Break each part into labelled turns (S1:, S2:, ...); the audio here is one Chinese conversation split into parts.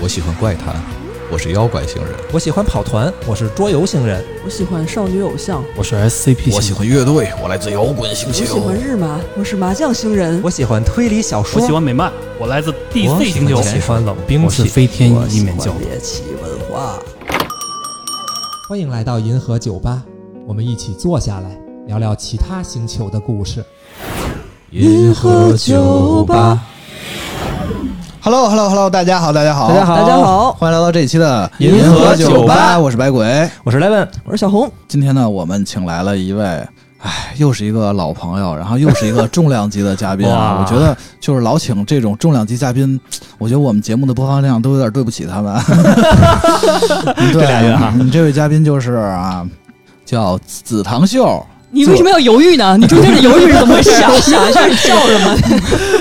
S1: 我喜欢怪谈，我是妖怪星人，
S2: 我喜欢跑团，我是桌游星人，
S3: 我喜欢少女偶像，
S4: 我是 SCP，
S1: 我喜欢乐队，我来自摇滚星
S3: 我
S5: 哎
S1: 球
S3: 喜，欢日麻，我是麻将星人，
S2: 我喜欢推理小说，
S6: 我喜欢美漫，我来自 DC 星球
S2: 我。喜欢冷兵
S4: 我是
S2: 器。
S4: 飞天
S3: 我
S4: 一
S3: 喜
S4: 面
S3: 欢
S4: 教。
S3: 猎奇文化。
S2: 欢迎来到银河酒吧，我们一起坐下来聊聊其他星球的故事。
S3: 银河酒吧。
S5: Hello Hello Hello，大家好，大家好，
S4: 大家好，
S3: 大家，好，
S5: 欢迎来到这一期的
S4: 银河酒吧
S5: 我是白鬼。
S2: 我是莱文，
S3: 我是小红，
S5: 今天呢，我们请来了一位，哎，又是一个老朋友，然后又是一个重量级的嘉宾 啊。
S6: 哇
S5: 我觉得就是老请这种重量级嘉宾，我觉得我们节目的播放量都有点对不起他 们。这
S6: 俩人啊，
S5: 嗯这位嘉宾就是啊，叫紫堂 秀。
S7: 你为什么要犹豫呢？你中间的犹豫是怎么回事啊？
S3: 想一下你叫什 么？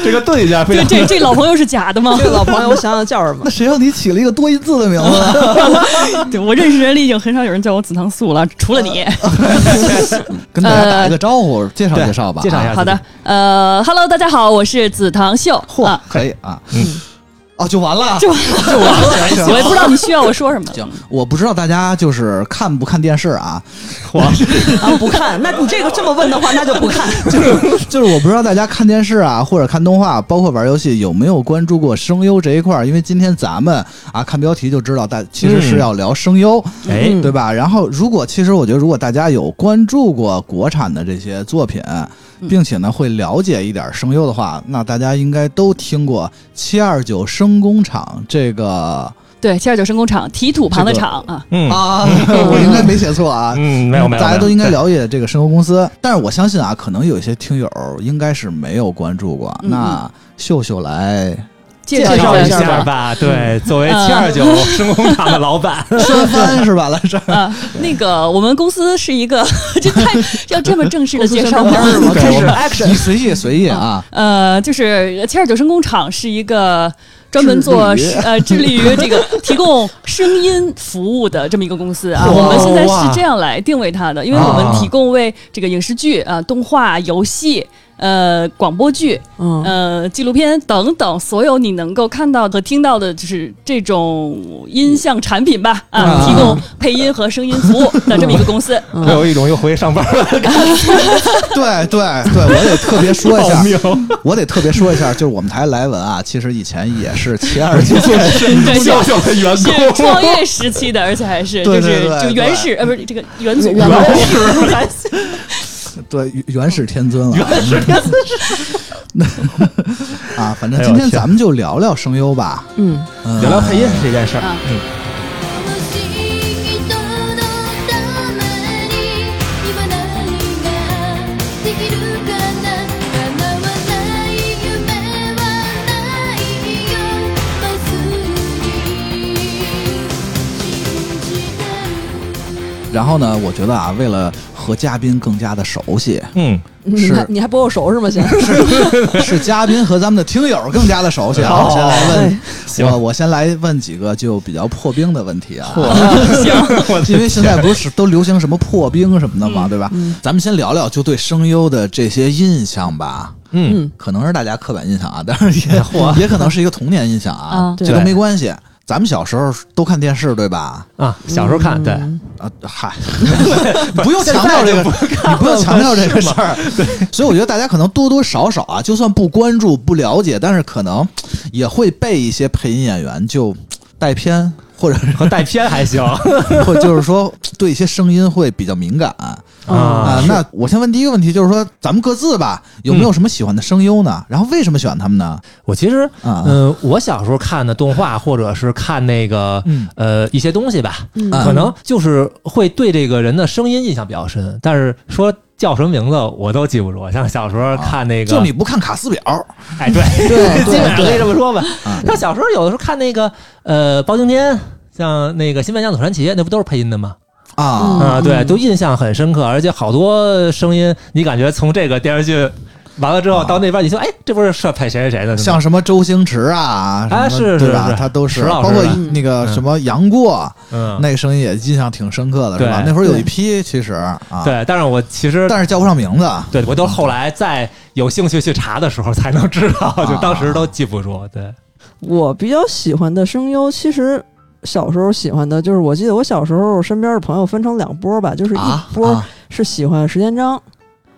S5: 这个对一下
S7: 这这这老朋友是假的吗
S3: 这？个老朋友，我想想叫什么
S5: 那？谁让你起了一个多音字的啊名字呢？
S7: 对我认识人里已经很少有人叫我紫糖素了，除了你。
S2: 呃
S5: 跟大家打一个招呼，介呃绍介绍吧。
S2: 介绍一下。
S7: 好的，，呃，Hello，大家好，我是紫糖秀。
S5: 嚯
S7: 啊，，
S5: 可以啊，哦， 就完了，
S7: 就
S5: 就完了，行
S7: 我也不知道你需要我说什么
S5: 行，我不知道大家就是看不看电视 啊，
S3: 啊，不看。那你这个这么问的话，那就不看。
S5: 就是我不知道大家看电视啊，或者看动画，包括玩游戏有没有关注过声优这一块儿？因为今天咱们啊看标题就知道大，其实是要聊声优，
S2: 哎，
S5: 对吧？然后如果其实我觉得，如果大家有关注过国产的这些作品，并且呢会了解一点声优的话，那大家应该都听过七二九声工厂这个、
S7: 对，七二九声工厂，提土旁的厂啊，
S2: 嗯
S5: 啊， 我应该没写错啊，
S2: 嗯，没有没有，
S5: 大家都应该
S2: 没有。
S5: 了解这个生活公司。但是我相信啊，可能有一些听友应该是没有关注过。
S7: 嗯
S5: 那秀秀来
S7: 介
S2: 对介绍一
S7: 下
S2: 下吧，对，作为
S7: 嗯
S2: 七二九 声工厂的老板，
S5: 翻翻是吧？来这
S7: 啊，那个我们公司是一个， 这太要这么正式的介绍吗？
S3: 我开始
S5: 你
S3: action。
S5: 随意随意啊，
S7: 呃，就是七二九声工厂是一个专门做
S5: 致力于
S7: 呃致力于这个提供声音服务的这么一个公司啊。
S5: 哇
S7: 我们现在
S5: 哇
S7: 是这样来定位它的，因为我
S5: 啊
S7: 们提供为这个影视剧啊、动画、游戏。呃，广播剧、
S3: 嗯，
S7: 呃，纪录片等等，所有你能够看到和听到的，就是这种音像产品吧，啊，
S5: 啊
S7: 提供配音和声音服务的这么一个公司。
S2: 我有一种又回去上班了的感
S5: 对对对，我得特别说一下，
S2: 觉。
S5: 我得特别说一下，就是我们台莱文啊，其实以前也是七二九做
S7: 对，
S2: 小小的员
S7: 是 创业时期的，而且还是
S5: 对
S7: 就
S5: 对对
S7: 是就
S5: 对
S7: 原始呃不是这个元祖
S3: 原
S8: 嗯
S7: 祖
S3: 来
S5: 对元始天尊了，元始天尊 啊，反正今
S2: 哎呦
S5: 天
S2: 天
S5: 咱们就聊聊声优吧，
S3: 嗯，
S5: 嗯
S2: 聊聊配音是这件事儿
S7: 啊，
S2: 嗯，
S9: この人のために今何ができるかな叶わない夢はないよまっすぐに信じてる
S5: 然后呢，我觉得啊，为了和嘉宾更加的熟悉，
S2: 嗯，
S3: 你还你还不够熟是吗？先
S5: 是嘉宾和咱们的听友更加的熟悉啊。我先来问，
S2: 哎行
S5: 我我先来问几个就比较破冰的问题啊，
S2: 我
S5: 因为现在不是都流行什么破冰什么的
S2: 嗯
S5: 嘛，对吧？咱们先聊聊就对声优的这些印象吧。
S2: 嗯
S5: 可能是大家刻板印象啊，但是 也也可能是一个童年印象啊
S7: 啊，
S5: 这都
S2: 对
S5: 没关系。咱们小时候都看电视，对吧？
S2: 啊，小时候看，对，
S5: 啊，嗨，不用强调这个，你不用强调这个事儿。对，所以我觉得大家可能多多少少啊，就算不关注、不了解，但是可能也会被一些配音演员就带偏，或者
S2: 和带偏还行
S5: 是或者就是说对一些声音会比较敏感啊。
S2: 啊。
S5: 那我先问第一个问题，就是说咱们各自吧，有
S2: 嗯
S5: 没有什么喜欢的声优呢？然后为什么喜欢他们呢？
S2: 我其实，
S5: 啊
S2: 嗯、我小时候看的动画，或者是看那个，
S5: 嗯
S2: 呃，一些东西吧，
S3: 嗯
S2: 可能就是会对这个人的声音印象比较深，但是说。叫什么名字我都记不住，像小时候看那个，
S5: 啊就你不看卡斯表，
S2: 哎，对，
S5: 对
S2: 基本上可以这么说吧
S5: 啊。
S2: 像小时候有的时候看那个，呃，包青天，像那个《新白娘子传奇》，那不都是配音的吗？
S5: 啊
S3: 嗯
S2: 啊，对，都印象很深刻，而且好多声音，你感觉从这个电视剧完了之后
S5: 啊
S2: 到那边，你说，哎，这不是是配谁谁谁的？
S5: 像什么周星驰啊，什么
S2: 啊是
S5: 对
S2: 是
S5: 吧？
S2: 是
S5: 他都是，
S2: 石老师
S5: 包括
S2: 的
S5: 那个
S2: 嗯
S5: 什么杨过，
S2: 嗯，
S5: 那个声音也印象挺深刻的，是吧？
S2: 对
S5: 那会儿有一批，其实啊，，
S2: 对，但是我其实
S5: 但是叫不上名字。
S2: 对，我
S5: 啊
S2: 都是后来在有兴趣去查的时候才能知道，就当时都记不住。对，
S8: 我比较喜欢的声优，其实小时候喜欢的就是，我记得我小时候身边的朋友分成两波吧，就是
S5: 啊
S8: 一波
S5: 啊
S8: 是喜欢石间章，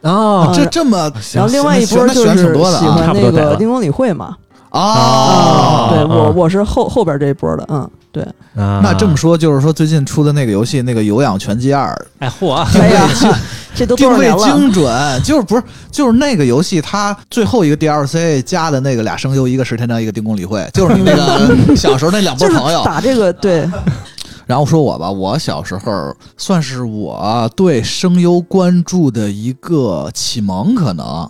S2: 哦
S8: 啊
S5: 这这么
S8: 然后另外一波
S5: 那
S8: 就
S5: 选
S8: 是
S5: 挺多的
S8: 喜
S5: 啊哦
S8: 欢
S2: 差不
S8: 那
S2: 多得
S8: 个
S2: 了
S8: 丁宫理惠嘛。
S5: 啊。
S8: 对
S2: 啊
S8: 我我是后后边这一波的，嗯，对。
S2: 啊
S5: 那这么说，就是说最近出的那个游戏，那个《有氧拳击二》
S2: 哎嚯，
S8: 哎呀，这都多
S5: 定
S8: 少
S5: 位
S8: 年了？
S5: 精准， 就是不是就是那个游戏，它最后一个 DLC 哎加的那个俩声优，一个石田章，一个丁宫理惠，就是你那 个小时候那两波
S8: 就是
S5: 朋友。
S8: 打这个对，
S5: 然后说我吧，我小时候算是我对声优关注的一个启蒙，可能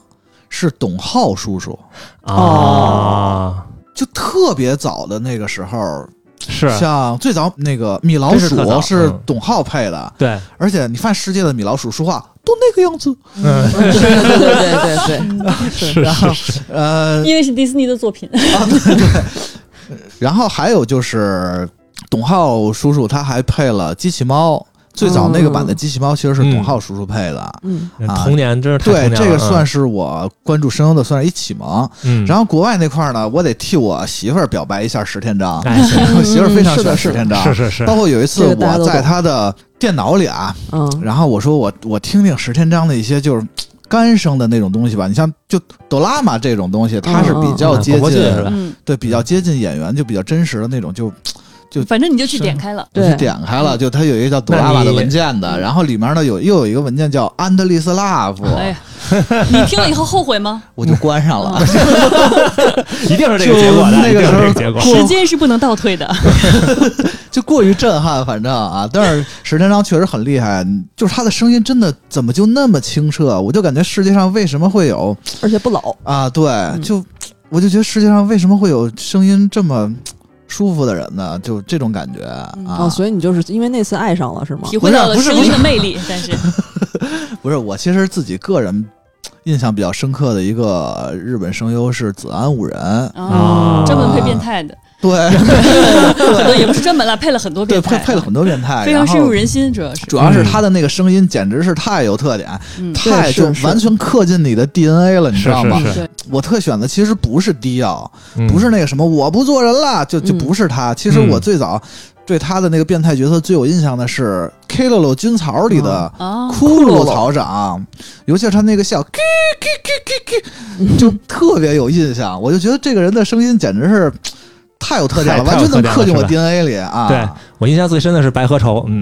S5: 是董浩叔叔，
S8: 啊
S2: 哦，
S5: 就特别早的那个时候，
S2: 是
S5: 像最早那个米老
S2: 这是特
S5: 鼠
S2: 早
S5: 是
S2: 嗯
S5: 董浩配的，
S2: 对，
S5: 而且你看世界的米老鼠说话都那个样子，
S2: 嗯，
S8: 对对对对 对对，
S2: 是
S5: 然后呃，
S7: 因为是迪士尼的作品，
S5: 啊，对对。然后还有就是董浩叔叔，他还配了机器猫。最早那个
S2: 嗯
S5: 版的机器猫其实是董浩叔叔配的。
S8: 嗯，
S5: 啊
S2: 童年真是太
S5: 对，
S2: 童年了
S5: 这个算是我关注声优的算是一启蒙。
S2: 嗯，
S5: 然后国外那块儿呢，我得替我媳妇儿表白一下石天章，
S2: 哎是
S5: 我 媳妇儿非常
S8: 是
S5: 喜
S8: 的
S5: 欢
S8: 是
S5: 石
S8: 的
S5: 天章。
S2: 是是是
S5: 包括有一次
S8: 这个大家
S5: 我
S8: 都
S5: 在
S8: 懂
S5: 她的电脑里啊，
S8: 嗯，
S5: 然后我说我我听听石天章的一些就是干声的那种东西吧，你像就哆啦 A 这种东西，它是比较
S2: 嗯
S5: 接
S2: 广播剧
S5: 近
S2: 是吧？
S7: 嗯，
S5: 对，比较接近演员，就比较真实的那种，就就
S7: 反正你就去点开了，
S5: 我去
S8: 对，
S5: 点开了，就它有一个叫朵拉瓦
S2: 嗯
S5: 的文件的，然后里面呢有又有一个文件叫安德利斯拉夫，
S7: 哎呀，你听了以后后 悔吗？
S5: 我就关上了。
S2: 一定是这个结果的，
S5: 就那个
S2: 一定
S5: 时
S2: 是
S5: 候
S2: 这个结果。
S7: 时间是不能倒退的，
S5: 就过于震撼，反正啊，但是石天章确实很厉害，就是他的声音真的怎么就那么清澈？我就感觉世界上为什么会有
S8: 而且不老，
S5: 啊？
S7: 嗯
S5: 对，就我就觉得世界上为什么会有声音这么舒服的人呢？就这种感觉啊
S7: 嗯哦
S8: 啊，，所以你就是因为那次爱上了是吗
S7: 体？会到了
S5: 不是
S7: 声
S5: 不是
S7: 音的魅力， 但是
S5: 不是，我其实自己个人印象比较深刻的一个日本声优是子安五人，
S7: 啊
S2: 啊，
S7: 专门配变态的，
S5: 对
S7: 很多也不是专门了，配了很多
S5: 对，
S7: 变
S5: 配
S7: 态，啊
S5: 配了很多变态，
S7: 非
S5: 然
S7: 常
S5: 后
S7: 深入人心，主要是，
S5: 主要是他的那个声音简直是太有特点，
S7: 嗯，
S5: 太
S8: 对
S5: 就是
S8: 是
S5: 完全刻进你的 DNA 了，你知
S2: 是
S5: 道吗？
S2: 是是，
S7: 对，
S5: 我特选的其实不是低药，
S2: 嗯
S5: 不是那个什么我不做人了，就就
S8: 嗯
S5: 不是他。其实我
S2: 嗯
S5: 最早对他的那个变态角色最有印象的是《K 洛洛军曹》里的
S2: 嗯
S7: 啊，
S5: 骷髅草长，尤其是他那个笑，咯咯咯咯咯，就特别有印象。我就觉得这个人的声音简直是太有特点了，
S2: 太
S5: 完
S2: 太有
S5: 全能
S2: 特点
S5: 刻进我
S2: 了是吧
S5: DNA 里啊！
S2: 对我印象最深的是白河愁，嗯，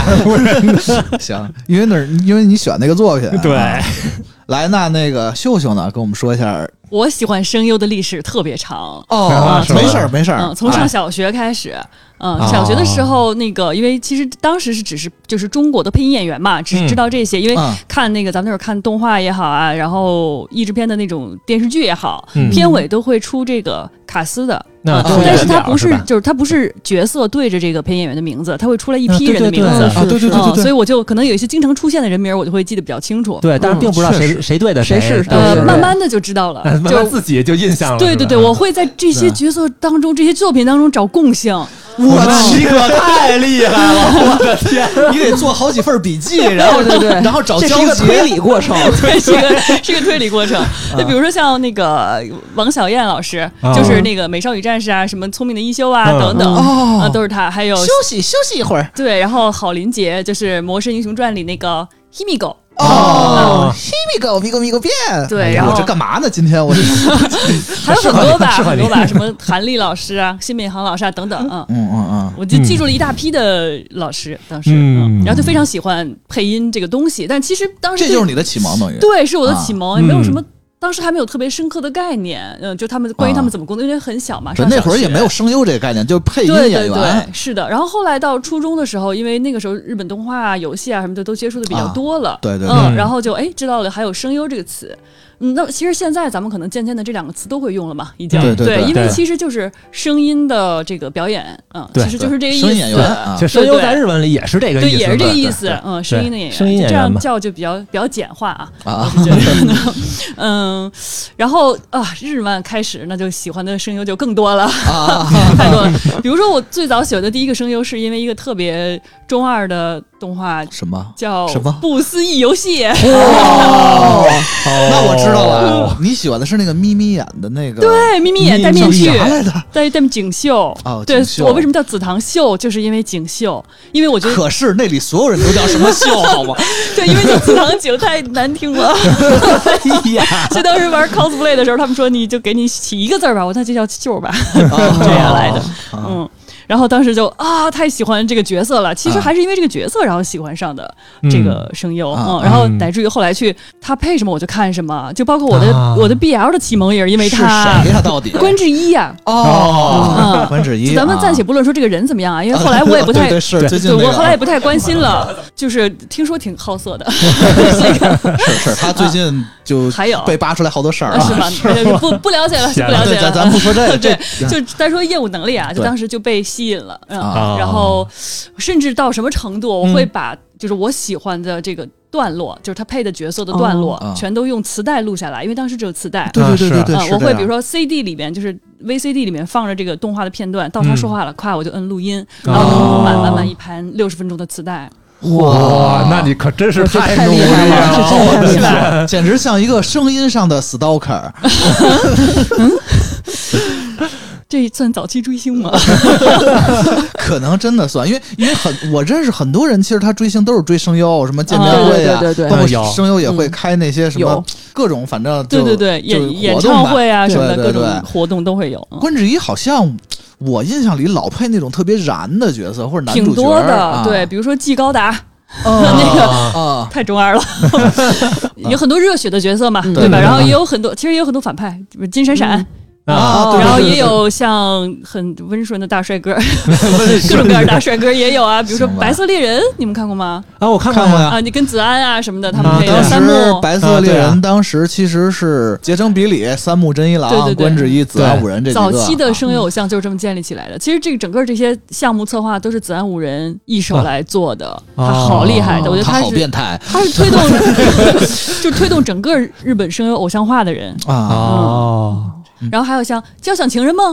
S5: 行，因为那是因为你选那个作品，
S2: 对，
S5: 啊 来，那那个秀秀呢，跟我们说一下
S7: 我喜欢声优的历史特别长。
S5: 哦
S2: 啊是吧
S5: 没事儿没哎事儿
S7: 嗯，，从上小学开始，嗯，
S5: 哦
S7: 小学的时候，那个因为其实当时是只是就是中国的配音演员嘛，只是知道这些，因为
S5: 啊
S7: 看那个咱们那会儿看动画也好啊，然后译制片的那种电视剧也好，
S2: 嗯
S7: 片尾都会出这个卡斯的，
S2: 那
S7: 呃
S2: 对
S7: 但是它
S2: 哦对
S7: 不是
S2: 是吧
S7: 就是它不是角色对着这个配音演员的名字，它会出来一批
S2: 啊对
S7: 人的
S2: 对
S7: 名字
S2: 对，
S5: 啊，对对对
S7: 嗯，
S5: 对
S7: 所
S5: 对
S7: 以我就可能有一些经常出现的人名儿，我就会记得比较清楚。
S2: 对，但是并不知道
S5: 嗯确
S2: 谁谁对的
S8: 谁是谁
S2: 对对
S7: 呃，
S2: 对
S7: 慢慢的就知道了，
S2: 哎慢慢
S7: 就
S2: 自己就印象了。
S7: 对
S2: 是
S7: 对
S2: 吧
S7: 对，我会在这些
S5: 对
S7: 角色当中、这些作品当中找共性。
S5: 我去，
S2: 可太厉害了，我的天！
S5: 你得做好几份笔记，然后
S8: 对对对，
S5: 然后找
S8: 这
S5: 交
S8: 是一个推
S5: 集。
S8: 理过程，
S7: 对，是一个是一个推理过程。就比如说像那个王小燕老师，
S2: 啊
S7: 就是那个《美少女战士》啊，什么《聪明的一休》啊
S2: 嗯
S7: 等等，
S5: 哦
S7: 啊都是他。还有
S5: 息休息一会儿
S7: 对，然后郝林杰就是《魔神英雄传》里那个 Himigo，
S5: 哦，西米狗咪狗咪狗变。
S7: 对，
S2: 哎
S7: 然
S5: 我
S7: 后
S5: 这干嘛呢？今天我这。
S7: 还有很多吧，
S2: 是吧
S7: 很
S2: 你
S7: 多吧，什么韩立老师啊、辛美航老师啊等等，嗯
S5: 嗯嗯嗯，
S7: 我就记住了一大批的老师，当时，
S2: 嗯
S7: 嗯，然后就非常喜欢配音这个东西，但其实当时
S5: 这就是你的启蒙，等于
S7: 对，是我的启蒙，也没有什么
S2: 嗯，
S7: 当时还没有特别深刻的概念，嗯，就他们关于他们怎么工作，因为很小嘛，
S5: 对
S7: 上
S5: 那会儿
S7: 小
S5: 也
S7: 学
S5: 没有声优这个概念，就是配音
S7: 对
S5: 演
S7: 对
S5: 员
S7: 对，是的。然后后来到初中的时候，因为那个时候日本动画啊、游戏啊什么的都接触的比较
S5: 啊
S7: 多了，
S5: 对对
S7: 嗯，
S2: 对
S7: 然后就哎知道了还有声优这个词。嗯，那其实现在咱们可能渐渐的这两个词都会用了嘛，已经
S5: 对对对
S7: 因为
S2: 对
S7: 其实就是声音的这个表演，嗯，
S2: 对
S7: 其实就是这个意
S5: 声音演
S7: 思
S5: 员。啊
S2: 其，实声优
S7: 对对
S2: 在日本里也是这个
S7: 对，
S2: 意思，
S7: 也是这个意
S2: 对
S7: 思
S2: 对，
S7: 嗯，声音的演员，
S2: 声音演
S7: 就这
S2: 员
S7: 样
S2: 嘛
S7: 叫就比较比较简化啊，
S5: 啊
S7: 我是觉得，嗯，然后啊，日漫开始那就喜欢的声优就更多了，
S5: 啊
S7: 太多了。比如说我最早喜欢的第一个声优，是因为一个特别中二的动画
S5: 什么？
S7: 叫
S5: 什么
S7: 不思议游戏》，
S5: 哦哦，那我知道了，你你喜欢的是那个眯眯眼的那个，
S7: 对，眯眯眼
S5: 你
S7: 戴面具，
S5: 叫啥来的？
S7: 戴戴锦绣。
S5: 哦
S7: 对
S5: 锦绣
S7: 我为什么叫紫堂秀，就是因为锦绣，因为 我觉得
S5: 可是那里所有人都叫什么秀，好 吗？
S7: 对，因为这紫堂锦太难听了。
S5: 哎 呀，
S7: 所以当时玩 cosplay 的时候，他们说你就给你起一个字儿吧，我说那就叫秀吧，
S5: 这
S7: 这样来的。
S5: 哦
S7: 嗯，然后当时就啊，太喜欢这个角色了。其
S5: 嗯
S7: 实还是因为这个角色，然后喜欢上的这个声优。
S5: 啊
S7: 嗯，
S5: 啊
S7: 然后乃至于后来去他配什么我就看什么，就包括我的
S2: 啊
S7: 我的 BL 的启蒙也是因为他
S5: 是谁呀？到底
S7: 关智一呀。
S5: 哦
S7: 嗯，
S5: 关之一，
S7: 咱们
S5: 啊
S7: 暂且不论说这个人怎么样啊，因为后来我也不太
S5: 对对是最近
S7: 对
S5: 那个啊
S7: 我后来也不太关心了，就是听说挺好色的，
S5: 是是，他最近就
S7: 啊还有
S5: 被扒出来好多事儿啊，
S7: 是吧？ 不不了解了，不了
S5: 对，
S7: 解了。
S5: 咱咱不说这 个，
S7: 对
S5: 这，
S7: 就单说业务能力啊，就
S5: 对
S7: 当时就被吸引了，嗯，
S5: 啊嗯
S7: 然后甚至到什么程度，我会把就是我喜欢的这个段落，就是他配的角色的段落
S5: 哦啊，
S7: 全都用磁带录下来，因为当时只有磁带。
S5: 对对对
S2: 是
S5: 对对，
S7: 啊，
S5: 是
S7: 我
S5: 这
S7: 会
S5: 样
S7: 比如说 CD 里面就是 VCD 里面放着这个动画的片段，到他说话
S5: 嗯
S7: 了，夸我就摁录音，
S5: 哦
S7: 然后满满满一盘六十分钟的磁带，
S2: 哇，那你可真是太努力
S8: 太厉害
S2: 了
S8: 了，这真的太厉
S7: 是
S8: 害了。
S7: 吧？
S5: 简直像一个声音上的 stalker，
S7: 这算早期追星吗？
S5: 可能真的算，因为因为很 我认识很多人，其实他追星都是追声优，什么见面会啊，
S8: 啊对对对对对
S5: 包
S2: 嗯有
S5: 括声优也会开那些什么
S8: 有
S5: 各种，反正
S7: 对
S5: 就
S7: 嗯 对对，
S5: 就是
S7: 演演
S5: 活动吧
S7: 唱会啊什么的
S5: 对
S7: 各
S5: 对
S7: 种
S5: 对
S7: 活动都会有，嗯
S5: 关之一好像我印象里老配那种特别燃的角色或者男
S7: 挺
S5: 主角
S7: 多
S5: 儿，
S7: 的，
S5: 啊、
S7: 对， 比如说季高达，
S5: 那
S7: 个
S5: 啊，
S7: 太中二了， 有很多热血的角色嘛，
S8: 嗯
S7: 对
S5: 对
S7: 吧？
S5: 对
S7: 然后也有很多，其实也有很多反派，比如金闪闪，
S2: 啊！
S5: 啊对
S7: 然后
S5: 对对
S7: 也有像很温顺的大帅哥， 各种各样的大帅哥也 有啊，比如说
S5: 行吧
S7: 白色猎人，你们看过吗？
S2: 啊，我看
S5: 看过
S2: 过呀，
S5: 呀。
S7: 啊，你跟子安啊什么的，他们
S2: 啊
S7: 配的
S5: 嗯当
S7: 三
S5: 时
S7: 木，
S5: 白色猎
S2: 啊对啊
S5: 人当时其实是结成比里、三木真一郎、
S7: 对对对
S5: 关智一、子安五人这几个
S7: 早期的
S5: 啊
S7: 声优偶像就是这么建立起来的。其实这个整个这些项目策划都是子安五人一手来做的，他好厉害的，我觉得
S5: 哦他啊好
S7: 是
S5: 变态
S7: 他是推动， 就推动整个日本声优偶像化的人。
S5: 啊！
S2: 哦，
S5: 嗯
S7: 然后还有像《交响情人梦》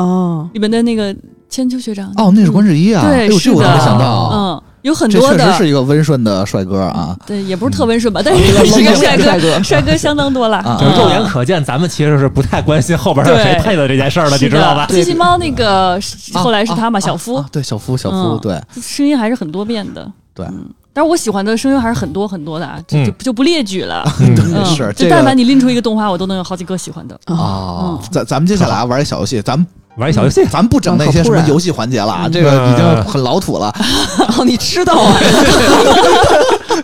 S8: 哦，
S7: 里面的那个千秋学长，
S5: 哦，那是关智一啊！
S7: 对
S5: 哎呦，
S7: 是
S5: 这我都
S7: 的
S5: 没想到啊。
S7: 嗯，有很
S5: 这确
S7: 多
S5: 实
S7: 的，
S5: 是一嗯个温顺的帅哥啊！
S7: 对，也不是特温顺吧，但是 是个帅
S5: 嗯
S7: 哥，
S8: 哥，
S7: 帅哥相当多了，
S5: 啊
S2: 就是
S7: 嗯
S2: 肉眼可见，咱们其实是不太关心后边是
S7: 对
S2: 谁配的这件事儿了，
S7: 是
S2: 你知
S7: 的
S2: 道吧？
S7: 机器猫那个是
S5: 啊
S7: 后来是他嘛，
S5: 啊
S7: 小夫
S5: 啊，对小夫，小夫
S7: 嗯
S5: 对
S7: 声音还是很多变的，
S5: 对
S7: 嗯。但是我喜欢的声优还是很多很多的，啊，
S2: 嗯
S7: 就就就不列举 了。嗯，
S5: 是
S7: 就
S5: 这
S7: 但凡
S5: 个
S7: 你拎出一个动画，我都能有好几个喜欢的。
S5: 啊
S7: 嗯。
S5: 咱咱们接下来啊玩一小游戏，咱们
S2: 玩一小游戏，
S5: 咱们不整那些什么游戏环节了，啊，这个已经很老土了。
S8: 哦，你知道啊？
S5: 嗯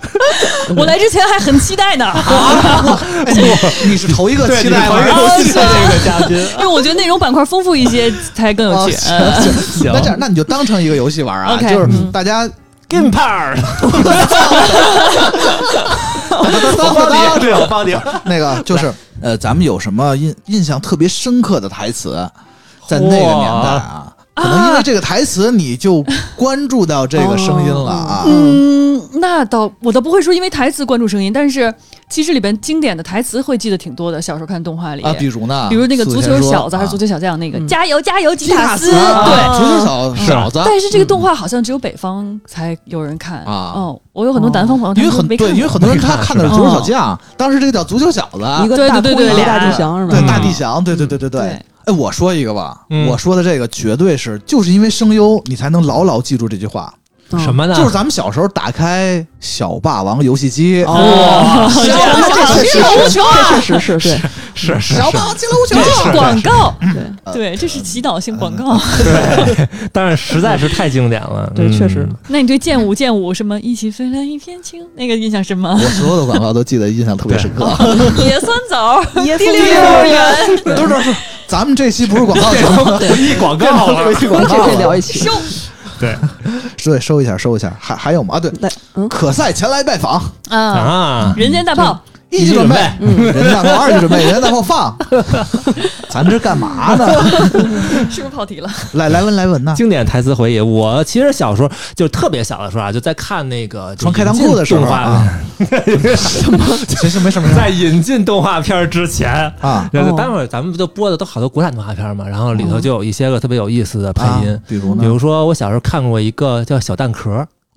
S7: 我来之前还很期待呢， 啊
S5: 哎你你是头一个期待吗？
S7: 哦是吧
S2: 这个嘉宾，
S7: 因为我觉得内容板块丰富一些才更有趣。
S5: 哦
S7: 嗯
S2: 行
S5: 那这样，那你就当成一个游戏玩啊，
S7: OK，嗯
S5: 就是大家
S2: ，Game Power，我帮你，对，我帮你，
S5: 那 个就是呃，咱们有什么印印象特别深刻的台词，在那个年代啊，可能因为这个台词你就关注到这个声音了啊。
S7: 嗯，那倒我倒不会说因为台词关注声音，但是其实里边经典的台词会记得挺多的。小时候看动画里，
S5: 啊，比如呢？
S7: 比如那个
S5: 苏
S7: 足
S5: 先
S7: 球
S5: 说
S7: 小子还是
S5: 啊
S7: 足球小将那个、
S8: 嗯
S7: 加油加油吉塔斯，对。嗯
S5: 啊足球小小子，
S7: 但是这个动画好像只有北方才有人看
S5: 啊
S7: 嗯，我有很多南方朋友他
S5: 因为
S7: 们都
S5: 很
S7: 没
S5: 对，
S7: 看
S5: 因为
S7: 过。
S5: 很多人他看的是
S7: 是
S5: 足球小将，当时这个叫足球小子，啊
S8: 一个
S7: 对
S8: 大
S7: 对
S8: 空
S7: 对
S8: 一个
S7: 对
S8: 大
S7: 俩
S8: 地翔是吧？
S5: 对
S2: 嗯
S5: 大地翔，对对对对
S7: 对。
S5: 哎，我说一个吧，
S2: 嗯
S5: 我说的这个绝对是，就是因为声优，你才能牢牢记住这句话。
S8: 嗯
S2: 什？么呢？
S5: 就是咱们小时候打开《小霸王》游戏机，
S2: 哦，
S5: 小霸王
S8: 是是是是是是，
S2: 是是，
S5: 小霸王进了无球
S7: 这，是广告，
S8: 对
S7: 对，这是洗脑性广告。
S2: 对，但是实在是太经典 了，
S8: 对
S2: 嗯
S8: 确实
S7: 那你对剑舞剑舞什么一起飞来一片青那个印象深 吗
S5: 我？所有的广告都记得印象特别深刻。
S7: 野酸枣，
S8: 椰子
S7: 第六幼儿园，
S5: 都是咱们这期不是广告节目，
S2: 回忆广 告啊了，
S8: 这可以聊一起。
S7: 收
S5: 对，收一下，收一下，还还有吗？啊，对，
S8: 来，嗯，
S5: 可赛前来拜访，
S7: 啊，
S2: 啊，
S7: 人间大炮，
S5: 一级准备，嗯人家大炮二级准备，人家大炮 放，咱这干嘛呢？
S7: 是不是跑题了？
S5: 来来文来文呢？
S2: 经典台词回忆。我其实小时候就特别小的时候啊，就在看那个就
S5: 穿开裆裤的时候
S2: 引进动画
S5: 啊， 行行，没事没事
S2: 在引进动画片儿之 前。
S5: 啊
S2: 然后
S8: 哦
S2: 待会儿咱们不就播的都好多国产动画片儿嘛，然后哦里头就有一些个特别有意思的配
S5: 啊
S2: 音，，
S5: 比如
S2: 比
S5: 呢？
S2: 如说我小时候看过一个叫《小蛋壳》，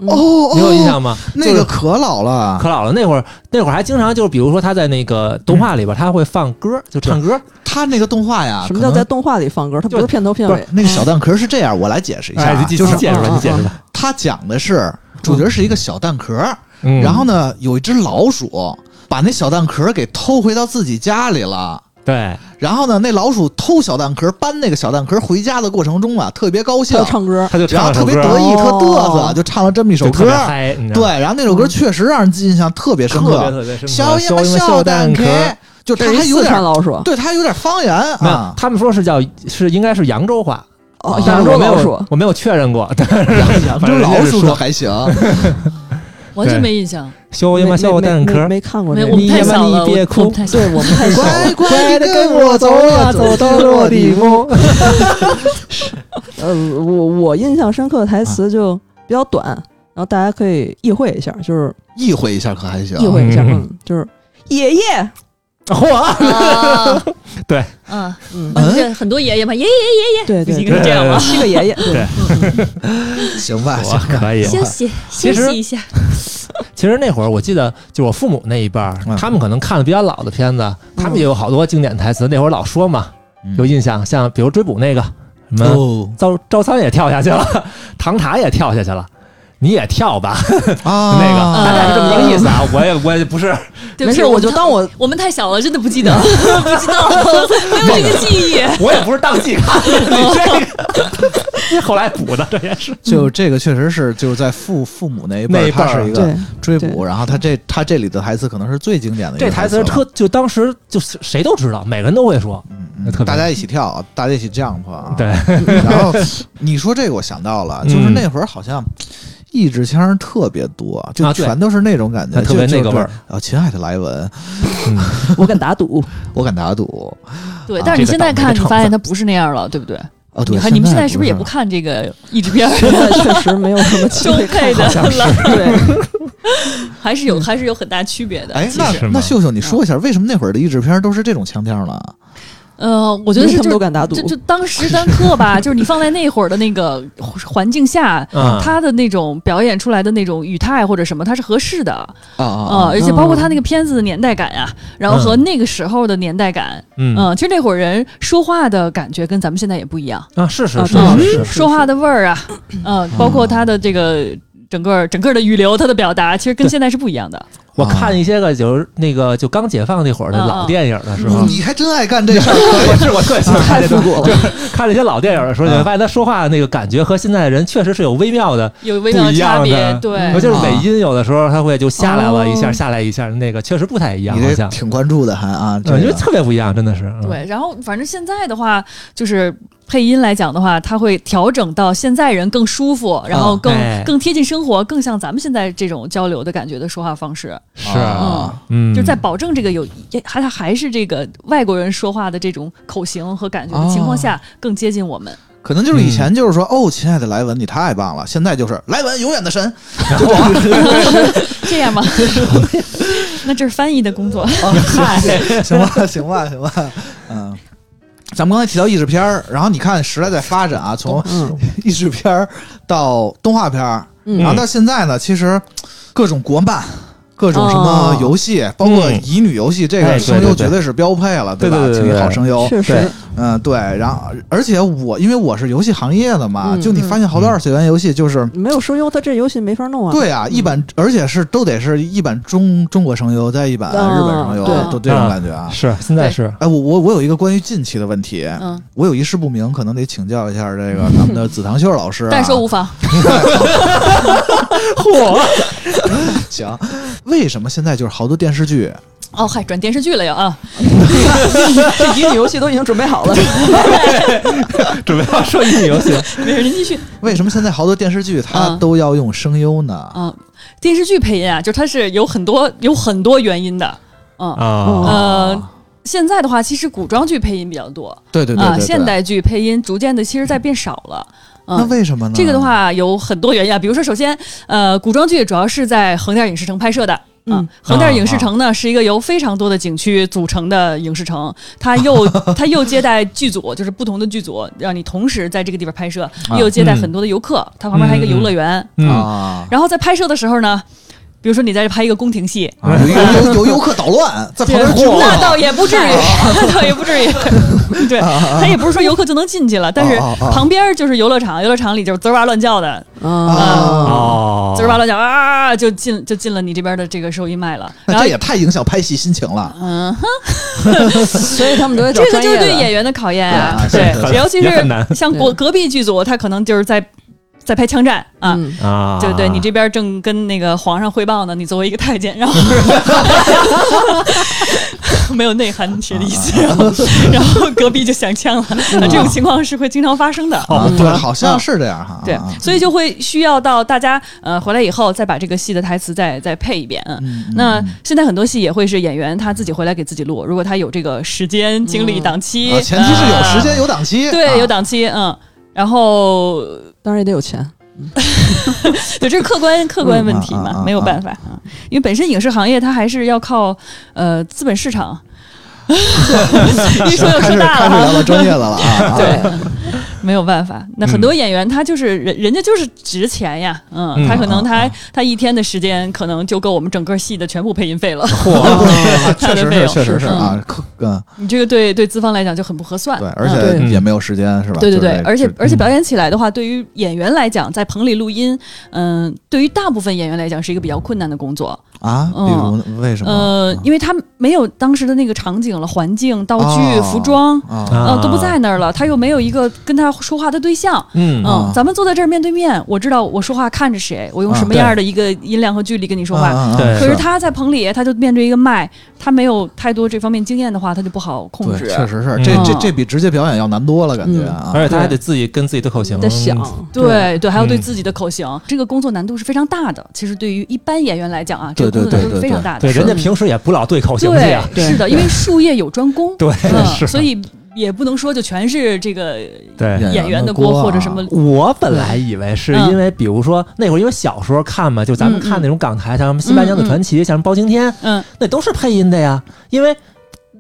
S5: 哦，
S2: 你有印象吗？
S5: 那个可老了，
S2: 可老了，那会儿那会儿还经常就是，比如说他在那个动画里边，
S5: 嗯
S2: 他会放歌，就唱歌，
S5: 他那个动画呀，
S8: 什么叫
S5: 可
S8: 在
S5: 能
S8: 动画里放歌？它不
S2: 就是
S8: 片头片
S2: 不
S8: 尾
S2: 是。
S5: 那个小蛋壳是这样？我来解释一下啊，
S2: 就是解释吧，哎你解释吧。
S5: 他讲的是主角是一个小蛋壳，
S2: 嗯
S5: 然后呢，有一只老鼠把那小蛋壳给偷回到自己家里了。
S2: 对，
S5: 然后呢，那老鼠偷小蛋壳，搬那个小蛋壳回家的过程中啊，特别高兴
S8: 它，唱歌，
S2: 他就
S5: 然后
S2: 唱
S5: 特
S2: 了首
S5: 别
S2: 歌，
S5: 得意，
S8: 哦
S5: 特嘚瑟，就唱了这么一首
S2: 就特别
S5: 歌。
S2: 嗨，你知道
S5: 对
S2: 吗，，
S5: 然后那首歌确实让人印象特别深
S2: 嗯特别
S5: 刻。
S2: 特别深刻。
S5: 小
S2: 因
S5: 巴
S2: 为
S5: 小蛋壳，就他
S8: 这是
S5: 还
S8: 一
S5: 有
S8: 四川
S5: 点，
S8: 老鼠，
S5: 对他还有点方言
S2: 没有
S5: 啊，。
S2: 他们说是叫是应该是扬州话，
S8: 哦，
S2: 但是
S8: 扬州
S2: 我没
S8: 老鼠
S2: 有。我没有确认过。
S5: 扬州老鼠可
S2: 说
S5: 还 行，
S7: 完全没印象。
S2: 小
S8: 没
S2: 羊小
S8: 没
S2: 蛋
S8: 没
S2: 壳，
S8: 没看过
S7: 没
S8: 这
S7: 我
S8: 个
S7: 们，太小
S2: 你呀妈
S7: 了，我
S2: 你别
S7: 我
S2: 哭
S7: 们太小了
S8: 对我们太小了。
S5: 乖乖地跟我走呀，走到落地风。
S8: 呃，我我印象深刻的
S2: 啊
S8: 台词就比较短，然后大家可以意会一下，就是
S5: 意会一下可还行。
S7: 啊
S8: 意会一下，
S2: 嗯
S8: 嗯，就是爷爷，
S2: 嚯，
S7: 啊
S2: 对，
S7: 嗯，
S8: 嗯，
S7: 反正很多爷爷嘛，爷爷
S8: 对
S7: 不
S8: 对，
S7: 行是这样吗
S8: 对是个爷爷，对
S2: 对
S5: 行吧，行
S2: 我
S5: 吧。
S2: 可以。
S7: 休息休
S2: 其实
S7: 息一下，
S2: 其实那会儿我记得，就是我父母那一辈儿
S5: 嗯，
S2: 他们可能看的比较老的片子，他们也有好多经典台词。那会儿老说嘛，
S5: 嗯
S2: 有印象，像比如追捕那个什么
S5: 哦
S2: 赵赵三也跳下去了， 唐塔也跳下去了。你也跳吧，
S5: 啊，
S2: 那个
S7: 啊
S2: 大概是这么一个意思啊。我也我也不是，
S7: 对
S8: 没
S7: 不起，
S8: 事，我就
S7: 们太
S8: 当我
S7: 我们太小了，真的不记得，不知道，没有这个记忆。
S2: 我也不是当季看
S5: 哦
S2: 的。你这个， 你后来补的，这也是。
S5: 就这个确实是就是在父父母那一
S2: 那
S5: 辈儿，
S2: 一
S5: 他
S2: 辈儿
S5: 是一个
S8: 对
S5: 追捕，
S8: 对
S5: 然后他这他这里的台词可能是最经典的一个
S2: 这台词
S5: 了
S2: 特，就当时就是谁都知道，每个人都会说。
S5: 嗯
S2: 特别
S5: 大家一起跳，大家一起 jump 啊。
S2: 对，
S5: 然后你说这个我想到了，就是
S2: 嗯
S5: 那会儿好像。意志腔特别多，就
S2: 啊对
S5: 全都是那种感觉，
S2: 那特别
S5: 就
S2: 那个味儿。
S5: 就对啊，亲爱的莱文，
S8: 我敢打 赌，
S5: 我敢打赌
S7: 对
S5: 啊，
S7: 但是你
S2: 这个
S7: 现在
S2: 倒没
S7: 看，你
S2: 成
S7: 发现
S2: 分
S7: 它不是那样了，对不对？
S5: 啊！
S7: 你
S5: 对，
S7: 看你们现在是
S5: 不
S7: 不是也不
S5: 了
S7: 看这个译制片儿？
S8: 现在确实没有什么机
S7: 中
S8: 会看
S7: 配的
S8: 好。
S7: 了，
S8: 对，
S7: 还是有还是有很大区别的。
S5: 哎，
S7: 其
S5: 那
S7: 实，
S2: 吗
S5: 那秀秀，你说一下为什么那会儿的译制片都是这种腔调呢？
S7: 呃，我觉得
S8: 因为
S7: 是
S8: 他们
S7: 就
S8: 都敢打赌
S7: 就就当时当刻吧，就是你放在那会儿的那个环境下，
S2: 嗯
S7: 他的那种表演出来的那种语态或者什么，它是合适的啊、
S5: 啊
S7: 呃
S5: 啊！
S7: 而且包括
S2: 嗯
S7: 他那个片子的年代感啊，然后和那个时候的年代感，
S2: 嗯
S7: 嗯、其实那会儿人说话的感觉跟咱们现在也不一样，
S2: 啊，是是
S8: 啊
S2: 是
S8: 对
S2: 是是，嗯
S7: 说话的味儿啊，呃，包括他的这个。整个整个的语流，他的表达其实跟
S2: 对
S7: 现在是不一样的。
S2: 我看一些个就是那个就刚解放那会儿的
S7: 嗯
S2: 老电影的时候，
S5: 你还真爱干这 事儿，
S2: 我是我特别喜
S7: 嗯
S2: 欢看这
S8: 太复
S2: 种，
S8: 古了。
S2: 看那些老电影的时候，你会发现他说话的那个感觉和现在的人确实是有微妙的，
S7: 有微妙的差
S2: 不一
S7: 别
S2: 样的，嗯
S7: 对，
S2: 尤其是美音有的时候他会就下来了
S7: 哦
S2: 一下，下来一下，那个确实不太一样，
S5: 你
S2: 好
S5: 这
S2: 像，
S5: 挺关注的，还啊，这
S2: 嗯，因为
S5: 个
S2: 特别不一样，真的是，嗯，
S7: 对，然后反正现在的话，就是配音来讲的话，它会调整到现在人更舒服，然后更、
S2: 哎
S7: 更贴近生活，更像咱们现在这种交流的感觉的说话方式。
S2: 是，
S5: 啊
S2: 嗯，
S7: 就在保证这个有也还还是这个外国人说话的这种口型和感觉的情况下，
S5: 哦
S7: 更接近我们。
S5: 可能
S2: 嗯
S5: 就是以前就是说，哦，亲爱的莱文，你太棒了。现在就是莱文永远的神，
S7: 这样吧， 那这是翻译的工作。
S8: 哦
S5: 行吧，行吧，行吧，嗯。咱们刚才提到译制片儿，然后你看时代在发展啊，
S7: 哦
S5: 从
S8: 嗯
S5: 译制片儿到动画片儿，然后
S8: 嗯，
S5: 到现在呢，其实各种国漫、各种什么
S8: 哦
S5: 游戏，包括
S2: 嗯
S5: 乙女游戏，这
S2: 哎
S5: 个
S2: 对
S5: 声
S2: 对
S5: 优
S2: 对
S5: 绝对是标配了，
S2: 对
S5: 吧？
S2: 对对
S5: 请一
S2: 对
S5: 好声优，
S8: 确实
S2: 对
S5: 嗯，对，然后而且我因为我是游戏行业的嘛，
S8: 嗯
S5: 就你发现好多
S2: 嗯
S5: 二次元游戏就是。
S8: 没有声优，他这游戏没法弄啊。
S5: 对啊，一版，而且是都得是一版中中国声优，再一版
S8: 啊
S5: 日本声优，
S7: 对
S5: 都这种感觉啊。
S2: 是现在是，
S5: 哎，我我我有一个关于近期的问题，
S7: 嗯，
S5: 我有一事不明，可能得请教一下这个咱们 的紫堂秀老师、啊。
S7: 但说无妨。
S5: 行，为什么现在就是好多电视剧
S7: 哦，嗨，转电视剧了又啊！
S8: 这乙女游戏都已经准备好了。
S2: 准备要说英语游戏，
S7: 没事，您继续。
S5: 为什么现在好多电视剧它
S7: 嗯
S5: 都要用声优呢？
S7: 啊，电视剧配音啊，就是它是有很多有很多原因的。嗯，
S2: 啊，
S7: 呃，现在的话，其实古装剧配音比较多
S5: 哦对对对对
S7: 啊，
S5: 对
S7: 现代剧配音逐渐的其实在变少了。
S5: 那
S7: 嗯，
S5: 为什么呢？
S7: 这个的话有很多原因啊，比如说，首先，呃，古装剧主要是在横店影视城拍摄的，啊
S3: 嗯，
S7: 横店影视城呢是一个由非常多的景区组成的影视城，它又 它又接待剧组，就是不同的剧组，让你同时在这个地方拍摄，
S5: 啊
S7: 又接待
S2: 嗯
S7: 很多的游客。它旁边还有一个游乐园，
S2: 嗯，
S5: 啊，
S7: 然后在拍摄的时候呢，比如说你在这拍一个宫廷戏，
S5: 啊有有有有游客捣乱，在旁边聚
S7: 嗯那倒也不至于， 那倒也不至于。对，他也不是说游客就能进去了，但是
S5: 啊啊啊
S7: 旁边就是游乐场，游乐场里就是滋儿哇乱叫的，
S8: 啊，
S2: 哦
S7: 滋儿哇乱叫啊啊啊，就进就进了你这边的这个收银麦了。然
S5: 那
S7: 后
S5: 这也太影响拍戏心情了。
S7: 嗯，
S8: 所以他们都得找
S7: 这个
S8: 专
S7: 就是
S8: 业
S7: 对
S8: 的
S7: 演员的考验啊，
S5: 对
S7: 对
S5: 啊是的，
S7: 尤其
S2: 也很
S7: 是
S2: 难
S7: 像隔隔壁剧组，他可能就是在在拍枪战啊。
S8: 嗯
S2: 啊，
S7: 对对，你这边正跟那个皇上汇报呢，你作为一个太监，然后没有内涵是的
S5: 啊
S7: 意思，
S2: 啊
S7: 然后然后隔壁就响枪了，
S8: 嗯
S7: 那这种情况是会经常发生的。
S5: 啊，对， 好像是这样哈。
S7: 嗯对
S5: 啊，
S7: 所以就会需要到大家呃回来以后再把这个戏的台词再再配一遍。嗯
S5: 嗯嗯
S7: 那现在很多戏也会是演员他自己回来给自己录，如果他有这个时间、精力、
S8: 嗯
S7: 档期，
S5: 啊，前提是有时
S7: 啊
S5: 间有档期，啊
S7: 对，有档期，嗯。然后，
S8: 当然也得有钱。
S7: 对，这是客观客观问题
S5: 啊啊啊
S7: 嘛，
S5: 啊
S7: 没有办法啊，因为本身影视行业它还是要靠呃资本市场。 一说又
S5: 啊开
S7: 说
S5: 始
S7: 大
S5: 开始聊
S7: 了
S5: 到专业的
S7: 哈，
S5: 了啊。啊，
S7: 对，没有办法。
S5: 嗯
S7: 那很多演员他就是人，人家就是值钱呀，嗯，
S2: 嗯
S7: 他可能他他一天的时间可能就够我们整个戏的全部配音费了，
S5: 嗯
S7: 他
S5: 啊确
S7: 的
S5: 实
S7: 费
S5: 是，
S7: 用
S5: 确实是
S7: 嗯
S5: 啊，可嗯，
S7: 你这个对对资方来讲就很不合算
S5: 对，。而
S7: 嗯
S5: 且
S2: 对
S5: 也没有时间是吧？
S7: 对对
S5: 就
S7: 对
S5: 是，嗯
S7: 而且
S5: 就
S7: 而且表演起来的话，对于演员来讲，在棚里录音，嗯，对于大部分演员来讲是一个比较困难的工作，
S5: 啊，比如
S7: 嗯
S5: 呢为什么？
S7: 呃，因为他没有当时的那个场景了，环境、道具、
S5: 哦
S7: 服装，
S5: 啊，
S2: 啊
S7: 呃，都不在那儿了，他又没有一个跟他说话的对象，
S2: 嗯
S7: 嗯
S5: 啊，
S7: 咱们坐在这儿面对面，我知道我说话看着谁，我用什么样的一个音量和距离跟你说话。
S5: 啊
S2: 对
S7: 可是他在棚里，他就面对一个麦，他没有太多这方面经验的话，他就不好控
S5: 对，
S7: 制。
S5: 确实是
S2: 嗯
S5: 这这这比直接表演要难多了，感觉
S8: 嗯
S5: 啊。
S2: 而且他还得自己跟自己对口型
S8: 在想，
S7: 对对，还有对
S2: 嗯
S7: 自己的口型，这个工作难度是非常大的。其实对于一般演员来讲啊，这个
S5: 对
S7: 工
S5: 对
S7: 作
S5: 对
S7: 难度
S5: 对
S7: 是非常
S5: 对
S7: 大的。
S2: 对，人家
S7: 嗯
S2: 平时也不老对口型去
S7: 对
S2: 呀，
S7: 是的，因为术业有专攻，
S2: 对
S7: 嗯，
S2: 是
S7: 所以也不能说就全是 这个
S2: 对。
S7: 演员的锅
S5: 啊
S7: 或者什么。
S5: 嗯
S2: 我本来以为是因为，比如说那会儿，因为小时候看嘛，就咱们
S7: 嗯嗯
S2: 看那种港台，像什么《新白娘子传奇》，像什么包青天，
S7: 嗯，
S2: 那都是配音的呀。因为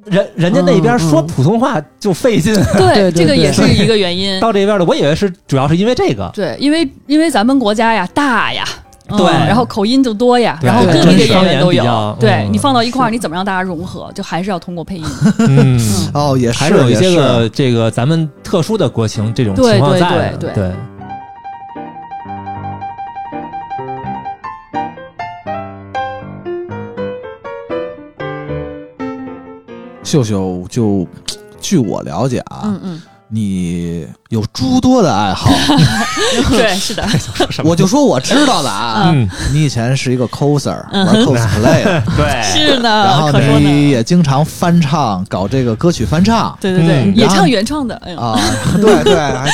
S2: 人人家那边说普通话就费劲，
S8: 对对
S7: 对，这个也是
S2: 对
S7: 一个原因。
S2: 到这边了，我以为是主要是因为这个，
S7: 对，因为因为咱们国家呀大呀。嗯
S2: 对
S7: 然后口音就多呀，
S2: 对
S7: 然后各
S2: 对
S7: 地的
S2: 真是
S7: 演员都有
S2: 方言比较，
S7: 对
S2: 嗯
S7: 你放到一块儿，你怎么让大家融合？就还是要通过配音。
S2: 嗯，
S5: 哦，也
S2: 还是有一些
S5: 也啊
S2: 个这个咱们特殊的国情这种
S7: 对
S2: 情况
S7: 对
S2: 在的，
S7: 对对
S2: 对
S5: 秀秀就，据我了解啊，
S7: 嗯嗯，
S5: 你有诸多的爱 好，
S7: 对，是的，
S5: 我就说我知道的啊。
S2: 嗯
S5: 你以前是一个 coser，
S7: 嗯
S5: 玩 cosplay，的
S2: 对，
S7: 是
S5: 然
S7: 呢，
S5: 后
S7: 可说
S5: 你
S7: 呢。
S5: 也经常翻唱，搞这个歌曲翻唱
S7: 对对对，
S2: 嗯
S7: 也
S5: 然后
S7: 唱原创的，哎呦，
S5: 啊， 对对，还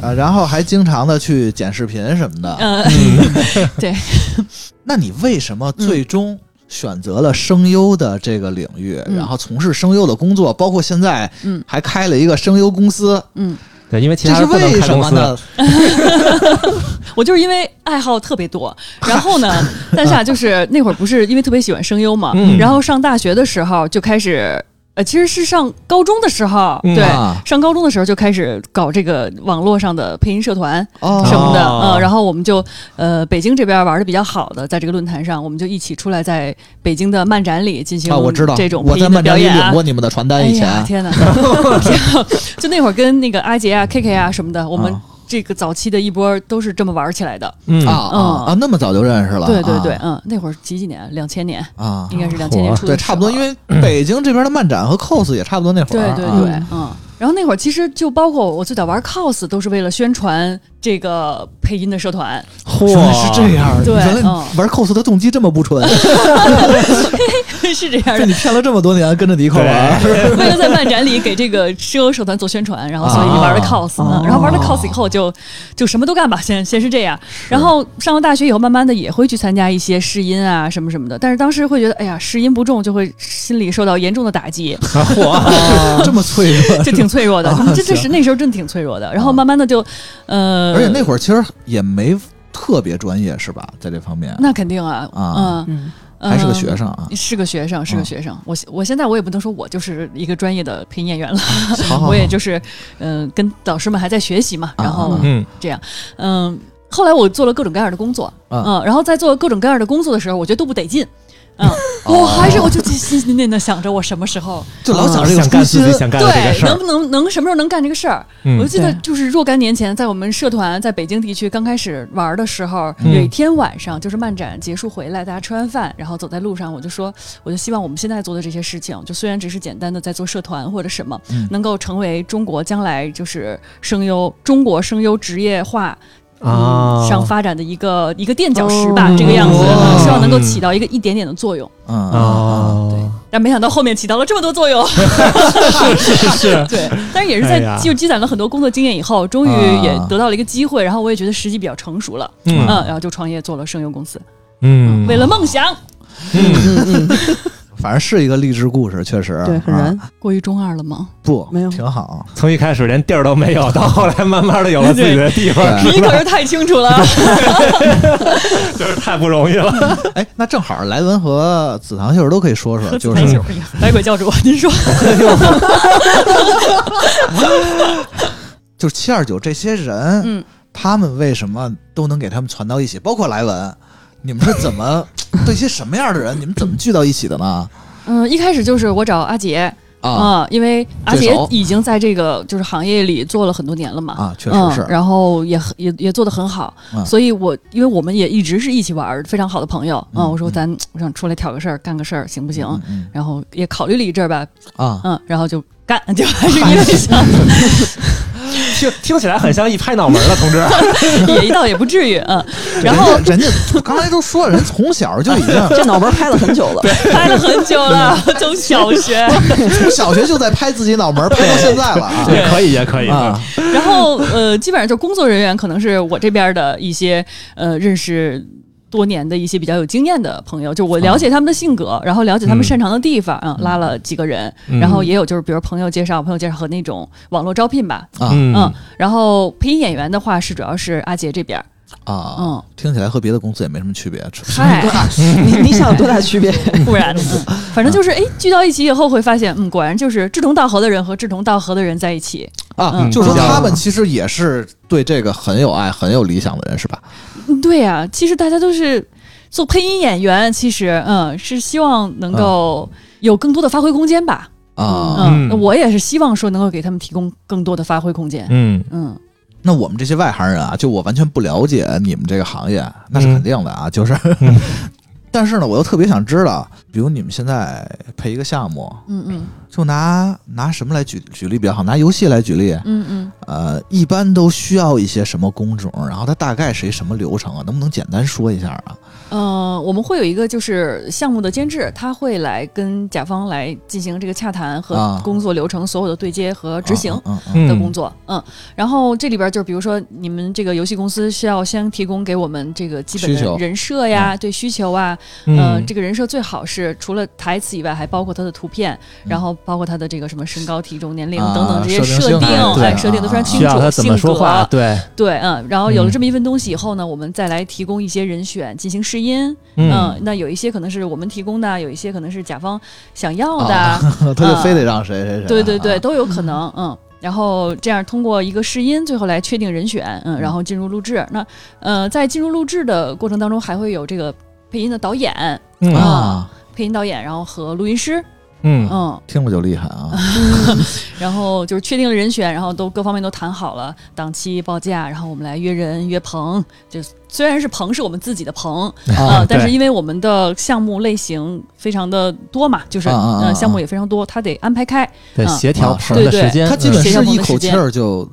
S5: 呃，然后还经常的去剪视频什么的。
S2: 啊
S7: 嗯，
S5: 那你为什么最终选择了声优的这个领域，
S7: 嗯
S5: 然后从事声优的工作，包括现在
S7: 嗯
S5: 还开了一个声优公司，
S7: 嗯，
S2: 对，因为其
S5: 这
S2: 他
S5: 是
S2: 人不能
S5: 为
S2: 开
S5: 什
S2: 公
S5: 么
S2: 司，
S5: 呢？
S7: 我就是因为爱好特别多，然 后呢，但是啊，就是那会儿不是因为特别喜欢声优嘛，
S2: 嗯
S7: 然后上大学的时候就开始，呃，其实是上高中的时候，
S2: 嗯
S7: 对，
S5: 啊
S7: 上高中的时候就开始搞这个网络上的配音社团
S5: 哦
S7: 什么的，
S2: 哦
S7: 嗯，然后我们就呃北京这边玩的比较好的，在这个论坛上，我们就一起出来在北京的漫展里进行
S5: 啊，我知道，
S7: 这种
S5: 我
S7: 配
S5: 在
S7: 音的
S5: 漫展
S7: 表
S5: 里
S7: 演
S5: 领
S7: 啊。
S5: 过你们的传单，以前、
S7: 哎呀、天哪！ 就那会儿跟那个阿杰啊、K K 啊什么的，我们
S5: 啊
S7: 这个早期的一波都是这么玩起来的。
S2: 嗯
S5: 啊
S7: 嗯
S5: 啊啊，那么早就认识了，
S7: 对对对，
S5: 啊
S7: 嗯，那会儿几几年？两千年，
S5: 啊
S7: 应该是两千年初的时候，
S5: 对，差不多，因为北京这边的漫展和 cos 也差不多那会
S7: 对
S5: 儿啊，
S7: 对对
S8: 嗯，
S7: 嗯。然后那会儿其实就包括我最早玩 cos 都是为了宣传这个配音的社团，
S5: 原来是这样，
S7: 对
S5: 原来你
S7: 嗯
S5: 玩 cos 的动机这么不纯，
S7: 是这样
S5: 被
S7: 的。
S5: 你骗 了这么多年，跟着你一块玩，
S7: 为了在漫展里给这个声优社团做宣传，然后所以玩了 cos，、
S5: 啊
S7: 嗯然后玩了 cos 以后就就什么都干吧，先先是这样。然后上了大学以后，慢慢的也会去参加一些试音啊什么什么的，但是当时会觉得，哎呀，试音不中就会心里受到严重的打击，
S5: 啊 这么脆弱。
S7: 就挺脆弱的。
S5: 啊
S7: 真真是那时候真挺脆弱的。然后慢慢的就，呃，
S5: 而且那会儿其实也没特别专业，是吧？在这方面
S7: 那肯定啊，
S5: 啊
S7: 嗯。
S8: 嗯，
S5: 还是个
S7: 嗯
S5: 学生啊。
S7: 是个学生，是个
S5: 嗯
S7: 学生。我现我现在我也不能说我就是一个专业的配音演员了，
S5: 好好好
S7: 我也就是嗯、呃跟导师们还在学习嘛，然后
S5: 哦啊
S7: 嗯、
S2: 嗯，
S7: 后来我做了各种各样的工作，
S5: 嗯
S7: 嗯、然后在做各种各样的工作的时候，我觉得都不得劲。嗯，我还是我就心心念念想着我什么时候
S5: 就老想这个
S2: 想
S5: 初
S2: 干自
S5: 心
S2: 己，想干的这个
S7: 对
S2: 事
S7: 能
S2: 儿，
S7: 不能能什么时候能干这个事儿？我就
S2: 嗯
S7: 记得
S8: 对
S7: 就是若干年前，在我们社团在北京地区刚开始玩的时候，
S2: 嗯
S7: 有一天晚上就是漫展结束回来，大家吃完饭，然后走在路上，我就 说，我就希望我们现在做的这些事情，就虽然只是简单的在做社团或者什么，
S5: 嗯
S7: 能够成为中国将来就是声优中国声优职业化。
S2: 啊
S7: 嗯，上发展的一个一个垫脚石吧，这个样子，
S5: 哦
S7: 希望能够起到一个一点点的作用。
S5: 嗯啊，
S2: 哦，
S7: 但没想到后面起到了这么多作 用，
S2: 是是是，
S7: 对，但是也是
S2: 哎
S7: 在
S2: 呀
S7: 就积攒了很多工作经验以后，终于
S5: 啊
S7: 也得到了一个机会，然后我也觉得时机比较成熟了，嗯，
S2: 嗯
S7: 然后就创业做了声优公司，
S2: 嗯，
S7: 为了梦想，
S8: 嗯嗯，
S5: 反正是一个励志故事，确实
S8: 对，很燃
S5: 啊，
S7: 过于中二了吗？
S5: 不
S8: 没有
S5: 挺好。
S2: 从一开始连地儿都没有，到后来慢慢的有了自己的地方，
S5: 对
S7: 你可是太清 楚了，
S2: 就是太不容易 了。
S5: 哎，那正好莱文和紫堂秀都可以说说，就
S7: 太
S5: 是
S7: 久了百哎鬼教主，您说，
S5: 就是七二九这些人，
S7: 嗯
S5: 他们为什么都能给他们传到一起？包括莱文，你们是怎 么对一些什么样的人，你们怎么聚到一起的呢？
S7: 嗯，一开始就是我找阿杰
S5: 啊
S7: 啊，因为阿
S5: 对
S7: 杰
S5: 手
S7: 已经在这个就是行业里做了很多年了嘛，
S5: 啊，确实是
S7: 嗯、，然后也很也也做得很好，
S5: 嗯
S7: 所以我因为我们也一直是一起玩儿，非常好的朋友啊、
S5: 嗯
S7: 我说
S5: 嗯
S7: 咱我想出来挑个事儿，干个事儿行不行？
S5: 嗯嗯
S7: 然后也考虑了一阵儿吧，
S5: 啊，
S7: 嗯，然后就干， 就还是因为想，
S2: 听听起来很像一拍脑门了，同志。
S7: 也倒也不至于，嗯，然后
S5: 人家人家我刚才都说了，人从小就已经
S8: 这脑门拍了很久了，
S7: 拍了很久了，从小学，
S5: 从小学就在拍自己脑门儿，拍到现在了啊
S2: 也可以，也可以。
S5: 啊！
S7: 然后呃，基本上就工作人员可能是我这边的一些呃认识。多年的一些比较有经验的朋友，就我了解他们的性格，然后了解他们擅长的地方，啊，拉了几个人，
S2: 嗯
S7: 然后也有就是比如朋友介绍、朋友介绍和那种网络招聘吧，
S5: 啊
S7: 嗯，然后配音演员的话是主要是阿杰这边儿，
S5: 啊，
S7: 嗯，
S5: 听起来和别的公司也没什么区别，只
S7: 嗨，
S8: 你你想有多大区 别？
S7: 不然，嗯反正就是哎，聚到一起以后会发现，嗯，果然就是志同道合的人和志同道合的人在一起，
S5: 啊，
S7: 嗯
S5: 就是说他们其实也是对这个很有爱、很有理想的人，是吧？
S7: 嗯对呀、其实大家都是做配音演员，其实嗯是希望能够有更多的发挥空间吧。
S5: 嗯啊，
S7: 嗯，
S2: 嗯
S7: 我也是希望说能够给他们提供更多的发挥空间。
S2: 嗯，
S7: 嗯，
S5: 那我们这些外行人啊，就我完全不了解你们这个行业，那是肯定的啊，就是。 但是呢，我又特别想知道，比如你们现在配一个项目，
S7: 嗯嗯
S5: 就拿拿什么来举举例比较好？拿游戏来举例，
S7: 嗯嗯，
S5: 呃，一般都需要一些什么工种？然后它大概是一什么流程啊？能不能简单说一下啊？
S7: 呃，我们会有一个就是项目的监制，他会来跟甲方来进行这个洽谈
S5: 啊
S7: 和工作流程所有的对接和执行。
S5: 嗯嗯
S2: 嗯
S7: 的工作，嗯然后这里边就是，比如说你们这个游戏公司是要先提供给我们这个基本
S5: 需求
S7: 的人设呀，对需求啊，
S2: 嗯
S7: 呃，这个人设最好是除了台词以外，还包括他的图片，然后包括他的这个什么身高、体重、年龄
S5: 啊
S7: 等等这些
S5: 设定
S7: 设定，
S5: 性对
S7: 哎，设定都非常
S5: 啊
S7: 清
S2: 需
S7: 楚，
S2: 要他怎么说话？
S7: 性格
S2: 对，
S7: 对，嗯，然后有了
S2: 嗯
S7: 这么一份东西以后呢，我们再来提供一些人选进行试音，嗯，那有一些可能是我们提供的，有一些可能是甲方想要的，
S5: 嗯，他就非得让谁谁谁啊。
S7: 对对对，
S5: 啊，
S7: 都有可能，嗯。然后这样通过一个试音，最后来确定人选，嗯，然后进入录制。那呃，在进入录制的过程当中，还会有这个配音的导演，
S2: 嗯
S7: 啊
S5: 啊，
S7: 配音导演，然后和录音师，
S2: 嗯
S7: 嗯，
S5: 听着就厉害啊！
S7: 然后就是确定了人选，然后都各方面都谈好了，档期、报价，然后我们来约人、约棚。就虽然是棚是我们自己的棚，啊、但是因为我们的项目类型非常的多嘛，就是
S5: 啊啊啊啊
S7: 呃项目也非常多，他得安排开，
S2: 对
S7: 嗯
S2: 协调
S5: 啊
S2: 朋友的
S7: 对
S2: 时
S7: 对
S2: 间，嗯
S5: 他基本
S7: 谁
S5: 是
S7: 让我
S5: 一
S7: 们
S5: 口气
S7: 时间
S5: 儿就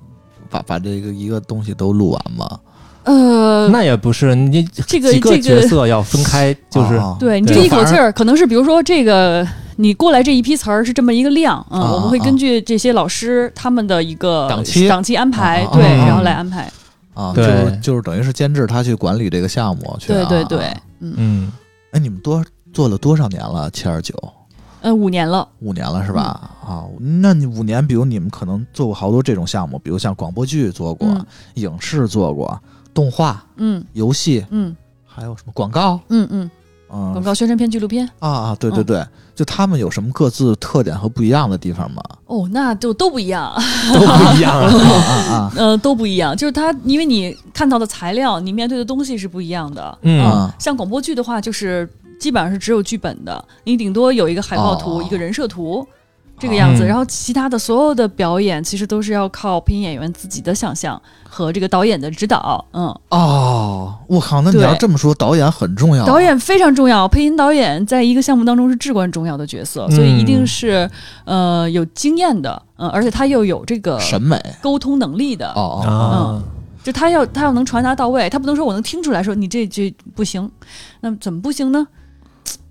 S5: 把把这个一个东西都录完嘛。啊
S7: 呃，
S2: 那也不是你
S7: 这个
S2: 几个
S7: 这
S2: 角
S7: 个
S2: 色要分 开，就是
S5: 啊
S7: 对你这
S2: 对
S7: 一口气儿，可能是比如说这个你过来这一批词儿是这么一个量，嗯，
S5: 啊
S7: 我们会根据这些老师他们的一个
S5: 档期
S7: 档期安排
S5: 啊，啊
S7: 对，
S2: 啊
S7: 然后来安排，
S5: 啊，就
S2: 对
S5: 是就是等于是监制他去管理这个项目去
S7: 对
S5: 啊。
S7: 对对
S5: 啊，
S7: 嗯，
S2: 嗯
S5: 哎，你们多做了多少年了？七二九
S7: 呃，五年了，
S5: 五年了是吧？
S7: 嗯
S5: 啊，那你五年，比如你们可能做过好多这种项目，比如像广播剧做过，
S7: 嗯
S5: 影视做过，动画、
S7: 嗯
S5: 游戏，
S7: 嗯
S5: 还有什么广告
S7: 嗯嗯，
S5: 嗯
S7: 广告嗯宣传片、纪录片。
S5: 啊啊，对对对，就他们有什么各自特点和不一样的地方吗？
S7: 哦，那就都不一样，
S2: 都不一样
S5: 啊
S2: 啊。
S5: 啊啊
S7: 呃，都不一样。就是它，因为你看到的材料，你面对的东西是不一样的。
S2: 嗯，
S5: 啊！
S7: 像广播剧的话，就是基本上是只有剧本的，你顶多有一个海报图、
S5: 哦
S7: 一个人设图这个样子，
S2: 嗯
S7: 然后其他的所有的表演其实都是要靠配音演员自己的想象和这个导演的指导。嗯，
S5: 哦，我靠，那你
S7: 对
S5: 要这么说，导演很重要。
S7: 导演非常重要，配音导演在一个项目当中是至关重要的角色，
S2: 嗯
S7: 所以一定是呃有经验的，嗯、而且他又有这个
S5: 审美
S7: 沟通能力的，
S5: 哦哦，
S2: 啊，
S7: 就他要他要能传达到位，他不能说我能听出来说你这这不行，那怎么不行呢？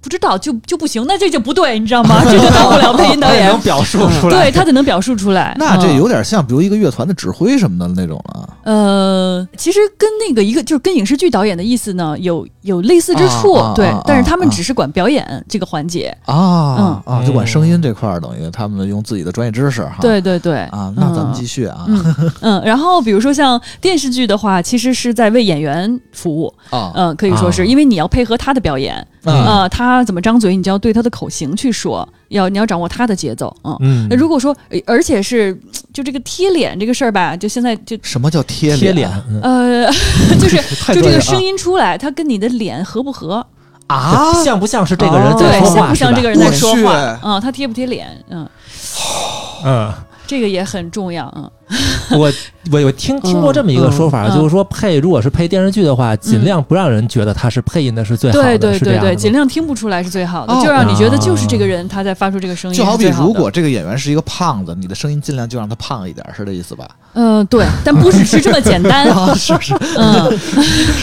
S7: 不知道就就不行，那这就不对，你知道吗？ 这就当不了配音 导
S2: 他也
S7: 演
S2: 能，表述出来。
S7: 对他得能表述出来。
S5: 那这
S7: 嗯
S2: 啊
S5: 有点像，比如一个乐团的指挥什么的那种了。
S7: 呃，其实跟那个一个就是跟影视剧导演的意思呢，有有类似之处，
S5: 啊啊
S7: 对，
S5: 啊啊
S7: 但是他们
S5: 啊
S7: 只是管表演这个环节，
S5: 啊、
S2: 嗯
S5: 啊，就管声音这块儿，等于他们用自己的专业知识哈。
S7: 对对对
S5: 啊，那咱们
S7: 续。
S5: 继续啊、
S7: 嗯嗯，然后比如说像电视剧的话，其实是在为演员服务，
S5: 啊，
S7: 嗯、可以说是、
S2: 啊
S7: 因为你要配合他的表演，
S5: 嗯
S7: 呃，他怎么张嘴，你就要对他的口型去说，要你要掌握他的节奏，嗯。
S2: 嗯
S7: 那，如果说，呃而且是就这个贴脸这个事儿吧，就现在就
S5: 什么叫贴
S2: 贴脸，嗯
S7: 呃， 就是
S5: 太
S7: 就这
S5: 专业
S2: 啊
S7: 个
S5: 了
S7: 声音出来，它跟你的脸合不合，
S5: 啊，
S2: 像不像是这个人在
S7: 哦对，
S2: 说
S7: 像
S2: 话？
S7: 不像
S2: 是吧
S7: 这个人在
S5: 我
S7: 说
S5: 去
S7: 话？嗯，他贴不贴脸？嗯，
S2: 嗯。
S7: 这个也很重要。嗯，
S2: 我我有听听过这么一个说法，
S7: 嗯嗯嗯
S2: 就是说配如果是配电视剧的话，尽量不让人觉得他是配音的是最好的，
S7: 对对
S2: 是这
S7: 对
S2: 样的
S7: 对，
S2: 吗
S7: 尽量听不出来是最好的，
S5: 哦
S7: 就让你觉得就是这个人他在发出这个声音是
S5: 就
S7: 最
S5: 好
S7: 好的。
S5: 比如果这个演员是一个胖子，你的声音尽量就让他胖一点，是这意思吧？
S7: 嗯，对，但不是是这么简 单。
S5: 啊，是是，
S7: 嗯，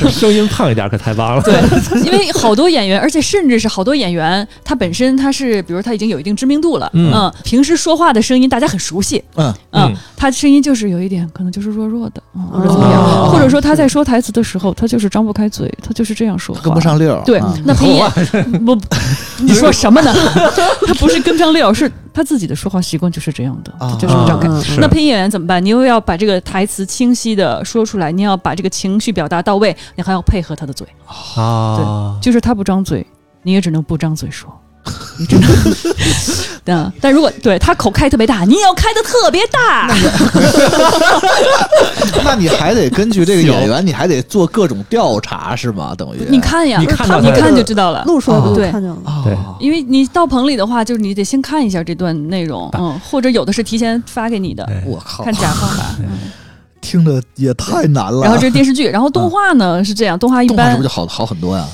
S2: 声音胖一点可太棒 了。
S7: 对，因为好多演员，而且甚至是好多演员，他本身他是，比如他已经有一定知名度了，
S2: 嗯
S7: 嗯，平时说话的声音大家很熟悉，
S5: 嗯
S7: 嗯
S2: 嗯，
S7: 他声音就是有一点可能就是弱弱的，嗯，或者怎么样，
S8: 哦
S7: 或者说他在说台词的时候，他就是张不开嘴，他就是这样说话，
S5: 跟不上溜儿。
S7: 对
S5: 啊，
S7: 那配音不， 你说什么呢？ 他不是跟不上溜，是他自己的说话习惯就是这样的，
S5: 啊
S7: 他就是张开。
S8: 嗯
S2: 是
S7: 那配音演员怎么办？你又要把这个台词清晰的说出来，你要把这个情绪表达到位，你还要配合他的嘴。
S2: 啊，
S7: 就是他不张嘴，你也只能不张嘴 说。你知道吗？但但如果 对他口开特别大，你也要开的特别大。
S5: 那你还得根据这个演员，你还得做各种调查，是吗？等于
S7: 你看呀，
S2: 你看
S7: 他
S2: 到
S7: 你
S2: 他
S7: 看就知道了。
S8: 录出来不就
S7: 对
S8: 看见了？
S5: 啊
S2: 对，
S7: 因为你到棚里的话，就是你得先看一下这段内容，
S2: 啊
S7: 嗯，或者有的是提前发给你的，
S2: 对
S5: 我靠
S7: 看，甲方 吧。
S5: 听着也太难了。
S7: 然后这是电视剧，然后动画呢是这样，动画一
S5: 动画是
S7: 般
S5: 不是，就好好很多呀？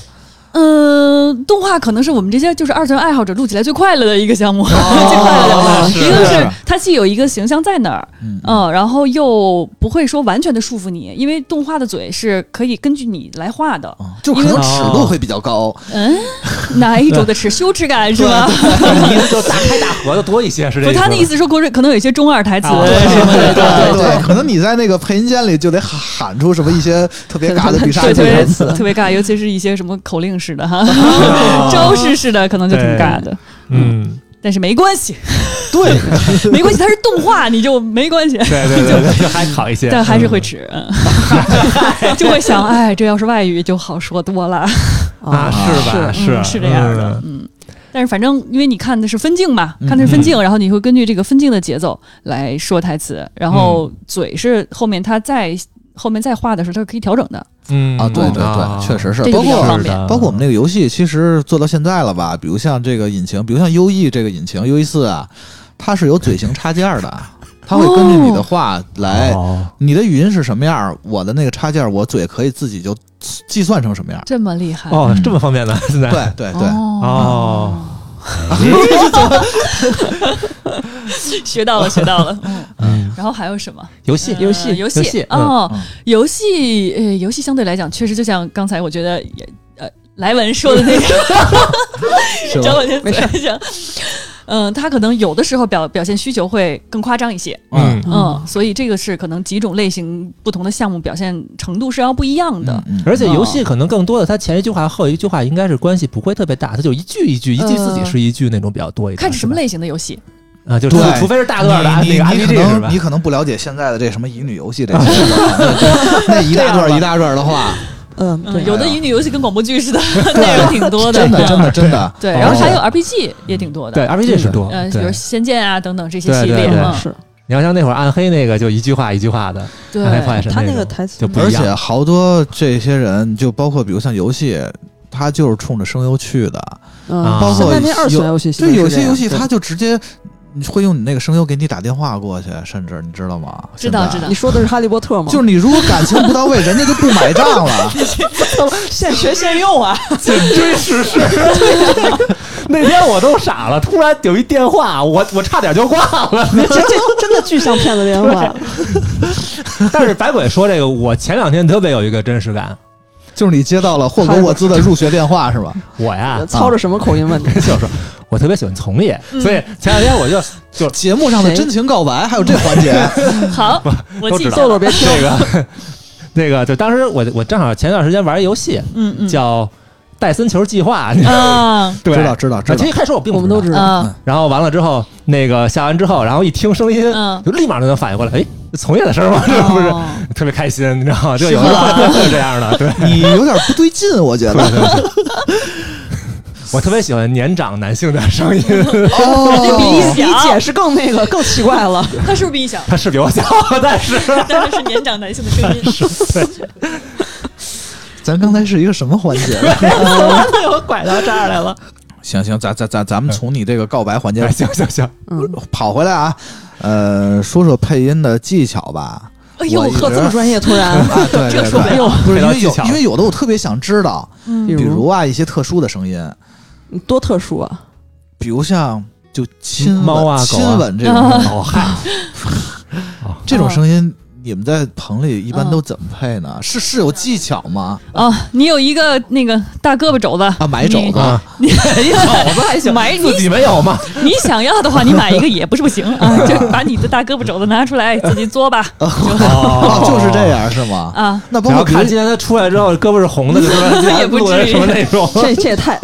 S7: 嗯、动画可能是我们这些就是二次元爱好者录起来最快乐的一个项
S5: 哦
S7: 目， 最快乐的，一个是它既有一个形象在那儿，
S5: 嗯
S7: 嗯，然后又不会说完全的束缚你，因为动画的嘴是可以根据你来画的，
S5: 啊，就可能尺度会比较 高。
S7: 嗯，哪一种的是羞耻感是吧？
S2: 意思就是大开大合的多一些，是这
S7: 不，
S2: 个。
S7: 他的意思说，可能可能有一些中二台词什
S2: 啊对
S7: 么的，对
S5: 对，可能你在那个配音间里就得喊喊出什么一些特 别尬的必杀
S7: 对，
S5: 技
S7: 特别
S5: 台词。
S7: 特别尬，尤其是一些什么口令式的哈，
S2: 啊
S7: 招式式的，可能就挺
S2: 对
S7: 尬的。
S2: 嗯，
S7: 但是没关系，
S5: 对，
S7: 没关系，它是动画，你就没关系。
S2: 对对对对，就还好一些，
S7: 但还是
S6: 嗯
S7: 会吃，嗯 就会想，哎，这要是外语就好说多了，
S2: 嗯啊，是吧？
S7: 嗯
S2: 是
S7: 是这样的，
S2: 嗯
S7: 嗯。但是反正因为你看的是分镜嘛，看的是分镜，然后你会根据这个分镜的节奏来说台词，然后嘴是后面他再后面再画的时候，它是可以调整的。
S2: 嗯
S5: 啊，对对对，确。实是
S7: 这，个
S5: 包
S7: 比较
S5: 括
S7: 方
S2: 啊
S7: 便
S5: 包括我们那个游戏，其实做到现在了吧？比如像这个引擎，比如像 U E 这个引擎 U E 四啊，它是有嘴型插件的， 它会根据你的话来，
S2: 哦，
S5: 你的语音是什么样，我的那个插件，我嘴可以自己就计算成什么样。
S7: 这么厉害
S2: 哦，这么方便呢？现在
S5: 对对对，
S2: 哦，
S7: 哎 学到了，学到了。嗯，然后还有什么？
S2: 游戏
S7: 呃
S2: 游戏
S7: 游
S2: 游戏嗯
S7: 戏哦，游戏呃，游戏相对来讲，确实就像刚才我觉得也呃，莱文说的 那个，张老师怎么讲？嗯，他可能有的时候表表现需求会更夸张一些，
S2: 嗯
S5: 嗯，
S7: 嗯，所以这个是可能几种类型不同的项目表现程度是要不一样的。
S5: 嗯
S2: 而且游戏可能更多的，它前一句话后一句话应该是关系不会特别大，它就一句一句，一句自己是一句那种比较多一点。
S7: 嗯看是什么
S2: 吧
S7: 类型的游戏，
S2: 啊？就是
S5: 对
S2: 除非是大段的啊
S5: 你
S2: 那个
S5: 你你可
S2: RPG 是吧
S5: 能你？ 可能不了解现在的这什么乙女游戏这些，那一大段一大段的话，
S8: 嗯，
S7: 嗯
S8: 对，
S7: 有的乙女游戏跟广播剧 似的，内容挺
S2: 啊
S7: 多的，
S5: 真的
S7: 嗯
S5: 真的真的，
S7: 对，
S2: 哦
S7: 然后还有 RPG 也挺多的，
S2: 对 RPG 是多
S7: 呃，，比如《
S2: 对，
S7: 仙剑》啊等等这些
S2: 对
S7: 系
S2: 对
S7: 列，
S2: 对
S7: 嗯
S8: 是
S2: 你要像那会儿暗黑那个，就一句话一句话的，
S7: 对
S2: 暗黑破坏神
S8: 他那
S2: 种
S8: 个台词
S2: 就不
S5: 而
S2: 一样
S5: 且好多这些人，就包括比如像游戏，他就是冲着声优去的。
S8: 嗯
S2: 啊，
S5: 包括
S8: 现在那二次元游戏，
S5: 就有些游戏，
S8: 对
S5: 他就直接你会用你那个声优给你打电话过去，甚至你知道吗？
S7: 知道
S5: 现在
S7: 知道
S8: 你说的是《哈利波特》吗？
S5: 就是你如果感情不到位，人家就不买账了。
S3: 现学现用 啊，
S2: 紧追实 事。那天我都傻了，突然有一电话，我我差点就挂了。
S8: 这这真的巨像骗子电话，，
S2: 但是白鬼说这个，我前两天特别有一个真实感，
S5: 就是你接到了霍格沃兹的入学电话是吧？
S2: 我呀
S7: 啊
S8: 操着什么口音问你？
S2: 就是我特别喜欢从业，
S8: 嗯
S2: 所以前两天 我就
S5: 节目上的真情告白还有这环节，
S7: 好，我
S2: 都
S7: 记
S2: 知道
S7: 住了，
S8: 别听，
S2: 这个 那个，就当时我我正好前段时间玩一游戏
S7: 嗯嗯，
S2: 叫《戴森球计划》，
S7: 啊
S2: 对，
S5: 知道知道知
S2: 啊
S5: 道
S2: 其实。一开始我并
S8: 我们都知
S2: 道。
S8: 道。
S7: 啊，
S2: 然后完了之后，那个下完之后，然后一听声音，
S7: 嗯
S2: 就立马就能反应过来，哎，从业的声儿吗？
S7: 哦
S2: 不 是，特别开心，你知道吗？就有的人会这样的，对。
S5: 你有点不对劲，我觉得。
S2: 我特别喜欢年长男性的 声音，
S8: 你
S7: 哦
S5: 哦，
S8: 你解释更那个更奇怪 了，
S7: 他是不是比你小？
S2: 他是比我小，但 是
S7: 但是是年长男性的声 音，
S5: 咱刚才是一个什么环节？
S7: 我哎拐到这儿来了。
S5: 行行，咱咱咱咱们从你这个告白环节
S2: 哎行行行，
S8: 嗯，
S5: 跑回来啊。呃，说说配音的技巧吧。
S7: 哎呦
S5: 我一直
S8: 呵，这么专业，突 然，
S5: 啊，对对
S7: 这说没
S5: 对
S7: 有，
S5: 不是因
S2: 配到
S5: 为
S2: 技
S5: 有
S2: 巧，
S5: 因为有的我特别想知道，
S8: 比
S5: 比
S8: 如
S5: 如啊一些特殊的声音，
S8: 多特殊啊，
S5: 比如像就亲吻
S2: 猫啊狗啊
S5: 亲吻这种
S2: 哦嗨，
S5: 这种声音，你们在棚里一般都怎么配呢？是是有技巧吗？
S7: 哦，你有一个那个大胳膊肘子
S5: 啊，买肘子
S2: 啊，
S7: 你你 肘子还行，买你
S2: 自己没有吗？
S7: 你想要的话，你买一个也不是不 行啊，就把你的大胳膊肘子拿出 来自己嘬吧
S5: 啊，
S2: 哦
S5: 就是这。样是吗？
S7: 啊。
S5: 那包
S2: 然后
S5: 括比
S2: 看
S5: 如
S2: 今天他出来之后，胳膊是红的， 就说
S7: 也不至于
S2: 录的是什么内 容。
S8: 这这也太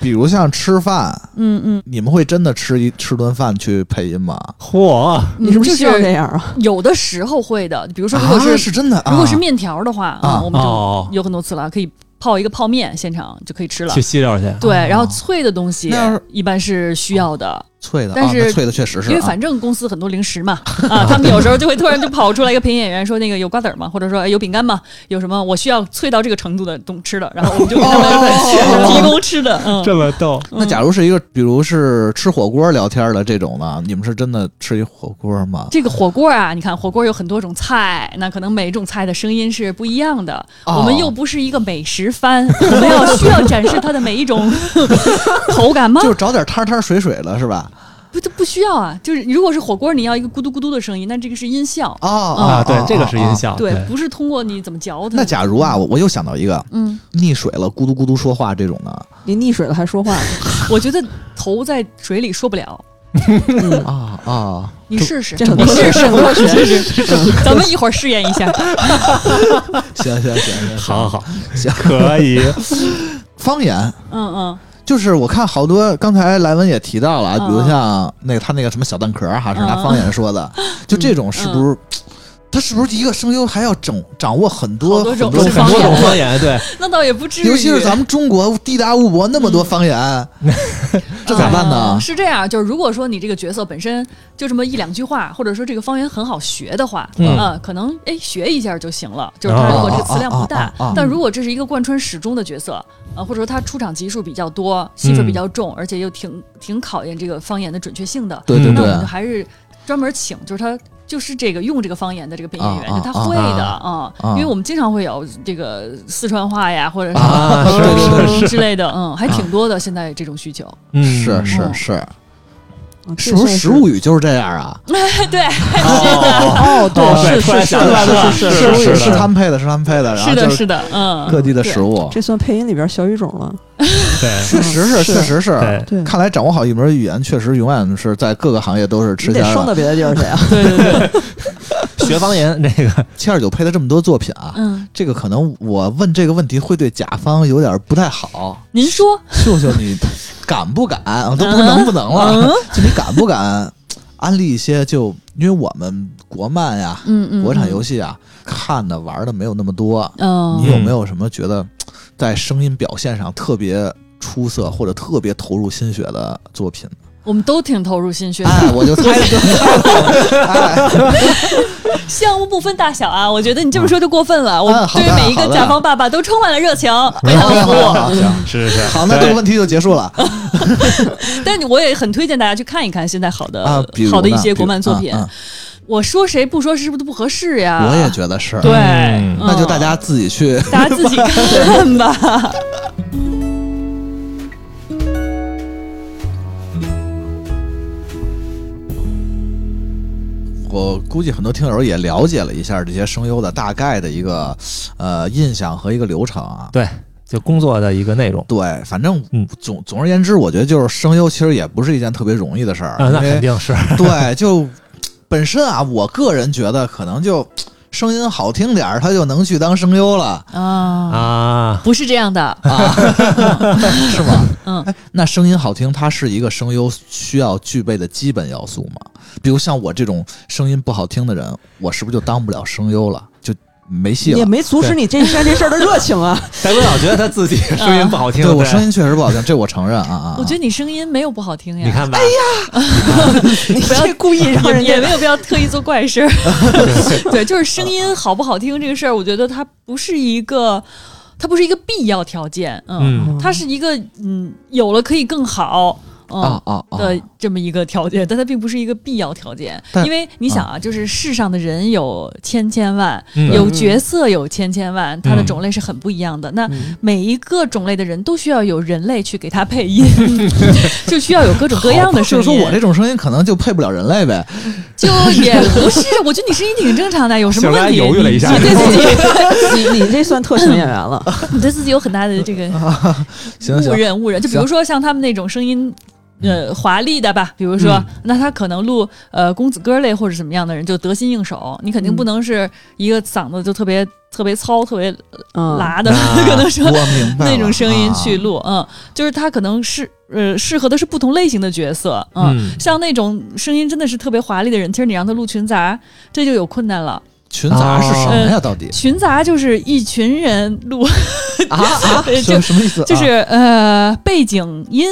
S5: 比如像吃饭，
S7: 嗯嗯，
S5: 你们会真的吃一吃顿饭去配音吗？
S2: 嚯，
S8: 你是不
S7: 就是
S8: 希望这样啊？
S7: 有的时候会的，比如说如果
S5: 啊、
S7: 是
S5: 是真的，啊、
S7: 如果是面条的话，
S5: 啊
S7: 嗯我们
S2: 哦
S7: 就有很多次了，可以泡一个泡面，现场就可以吃了
S2: 去。吸溜去。
S7: 对，然后脆的东西
S5: 那要是
S7: 一般哦是需要的，
S5: 脆的，
S7: 但
S5: 啊、
S7: 是
S5: 那脆的确实是、啊，
S7: 因为反正公司很多零食嘛， 啊，他们有时候就会突然就跑出来一个配音演员说那个有瓜子儿 吗？或者说哎有饼干吗？有什么我需要脆到这个程度的东吃的，然后我们就给他 们提供吃的，嗯，
S2: 这么逗，
S5: 那假如是一个，比如是吃火锅聊天的这种呢，你们是真的吃一火锅吗？
S7: 这个火锅啊，你看火锅有很多种菜，那可能每一种菜的声音是不一样的。
S5: 哦
S7: 我们又不是一个美食番， 我们要需要展示它的每一种 口感吗
S5: 就？是找点汤汤水水了，是吧？
S7: 不，这不需要啊。就是如果是火锅，你要一个咕嘟咕嘟的声音，那这个是音效，
S5: 啊
S2: 啊，对，这个是音。效。
S7: 哦对，不是通过你怎么嚼它。
S5: 哦那假如啊，我我又想到一个
S7: 嗯，
S5: 溺水了，咕嘟咕嘟说话这种的
S8: 你溺水了还说话呢？
S7: 我觉得头在水里说不了，
S5: 啊啊，
S7: 你试试，
S8: 这很多
S7: 你 试
S8: 这很多学
S7: 试试，咱们一会儿试验一下。
S5: 行行行行，
S2: 好好
S5: 行
S2: 好，可以。
S5: 方言
S7: 嗯嗯，
S5: 就是我看好多，刚才莱文也提到了，啊
S7: 嗯
S5: 比如像那个他那个什么小蛋壳儿哈，啊是拿
S7: 嗯
S5: 方言说的，就这种是不是？他是不是一个声优还要掌掌握很多
S7: 好多种
S5: 很多
S7: 方
S2: 很多
S7: 言
S2: 种方言，对，
S7: 那倒也不至于。
S5: 尤其是咱们中国地大物博，那么多方言，这咋办呢
S7: 嗯？是这样，就是如果说你这个角色本身就这么一两句话，或者说这个方言很好学的话，
S2: 嗯
S7: 呃可能哎学一下就行了。就是他如果这个词量不
S5: 啊
S7: 大，
S5: 啊啊啊啊啊
S7: 但如果这是一个贯穿始终的角色，呃，或者说他出场集数比较多，戏
S5: 嗯
S7: 份比较重，而且又挺挺考验这个方言的准确性的，
S5: 对啊对
S7: 那我
S5: 对
S7: 们就还是专门请，就是他。就是这个用这个方言的这个配音演员，
S5: 啊
S7: 就
S5: 啊
S7: 他会的
S5: 啊
S7: 啊
S5: 啊
S7: 因为我们经常会有这个四川话呀，或者是
S2: 啊是是是
S7: 之类的，嗯，还挺多的。现在这种需求，
S2: 嗯，
S5: 是是
S7: 嗯
S5: 是，
S8: 啊
S5: 是不是
S8: 这
S5: 食
S8: 算
S5: 物语就是这样啊？
S7: 对，
S2: 哦，对，
S8: 是
S2: 突然
S8: 是
S2: 想起来了，
S8: 是
S2: 是
S5: 是
S2: 是
S5: 他们配的，是他们配的，然后
S7: 是 的，
S5: 就是
S7: 的，嗯，
S5: 各地的
S7: 对
S5: 食物，
S8: 这算配音里边小语种了？
S2: 对
S5: 确实是
S8: 是
S5: 确实是。
S2: 对，
S8: 对，
S5: 看来掌握好一门语言，确实永远是在各个行业都是
S8: 你
S5: 吃
S8: 得
S5: 香
S8: 升
S5: 的。
S8: 到别的地儿去 啊！
S7: 对对对，
S2: 学方言那个
S5: 七二九配的这么多作品啊，
S7: 嗯，
S5: 这个可能我问这个问题会对甲方有点不太好。
S7: 您说，
S5: 秀秀，你敢不敢？啊都不是能不能了，就你敢不敢安利一些就因为我们国漫呀、
S7: 嗯嗯，
S5: 国产游
S7: 戏，
S5: 戏啊，看的玩的没有那么多。
S7: 嗯，
S5: 你有没有什么觉得在声音表现上特别出色或者特别投入心血的作品？
S7: 我们都挺投入心血的，
S5: 哎，我就猜了，
S7: 项目不分大小啊。我觉得你这么说就过分了。我
S5: 嗯好
S7: 对
S5: 的
S7: 于每一
S5: 好
S7: 个
S5: 的
S7: 甲方爸爸都充满了热情，
S5: 哎，好好好好，行，
S6: 是是，
S5: 好，那这个问题就结束了。
S7: 但我也很推荐大家去看一看现在好的、
S5: 啊，比如
S7: 好的一
S5: 呢
S7: 些国漫作品。
S5: 比如嗯
S7: 我说谁不说是不是都不合适呀？
S5: 嗯我也觉得是。
S7: 对，
S2: 嗯
S5: 那就大
S7: 嗯
S5: 家自己去。
S7: 大家自己看吧。
S5: 我估计很多听友也了解了一下这些声优的大概的一个呃印象和一个流程啊。
S2: 对，就工作的一个内容。
S5: 对，反正
S2: 嗯
S5: 总总而言之，我觉得就是声优其实也不是一件特别容易的事儿，
S2: 啊，那
S5: 因为
S2: 肯定是，
S5: 对，就本身啊，我个人觉得可能就声音好听点儿，他就能去当声优了，
S7: 啊，
S2: 啊，
S7: 不是这样的，
S5: 是吗？
S7: 嗯
S5: 哎，那声音好听，它是一个声优需要具备的基本要素吗？比如像我这种声音不好听的人，我是不是就当不了声优了？就没戏啊
S8: 也
S5: 了。
S8: 没阻止你这干这事儿的热情啊！
S2: 大哥老觉得他自己声音不好
S7: 嗯
S2: 听，
S5: 对我
S2: 对
S5: 声音确实不好听，这我承认啊啊！
S7: 我觉得你声音没有不好听呀。
S2: 你看吧，哎呀，
S8: 你这故意让人
S7: 也也
S8: 家
S7: 没有必要特意做怪事儿，对，就是声音好不好听这个事儿，我觉得它不是一个，它不是一个必要条件，嗯，
S2: 嗯，
S7: 它是一个嗯，有了可以更好，嗯、
S5: 啊啊啊！
S2: 哦
S7: 的这么一个条件，但它并不是一个必要条件，
S5: 但
S7: 因为你想啊，就是世上的人有千千万，
S2: 嗯
S7: 有角色有千千万，它的种类是很不一样的。那
S2: 嗯
S7: 每一个种类的人都需要有人类去给他配音， 就需要有各种各样的声
S5: 就
S7: 音。
S5: 是说我这种声音可能就配不了人类呗。
S7: 就也不是，我觉得你声音挺正常的，有什么问题？
S2: 小刚犹豫了一下
S7: 你对自 己，
S8: 你你这算特型演员了，
S7: 你对自己有很大的这个
S5: 行
S7: 误
S5: 行，嗯
S7: 认误认。就比如说像他们那种声音。呃，华丽的吧，比如说，那他可能录呃公子哥类或者什么样的人，就得心应手。你肯
S5: 嗯
S7: 定不能是一个嗓子就特别特别糙、特别
S8: 嗯，
S7: 拉的，
S2: 啊
S7: 可能说
S5: 我明白了
S7: 那种声音去
S5: 啊
S7: 录，嗯，就是他可能是呃适合的是不同类型的角色，
S2: 嗯
S7: 像那种声音真的是特别华丽的人，其实你让他录群杂，这就有困难了。
S5: 群
S2: 啊
S5: 杂是什么呀？到底
S7: 群杂就是一群人录，
S5: 啊 啊
S7: 对
S5: 什么什么意思？
S7: 嗯就是、
S5: 啊
S7: 呃背景音。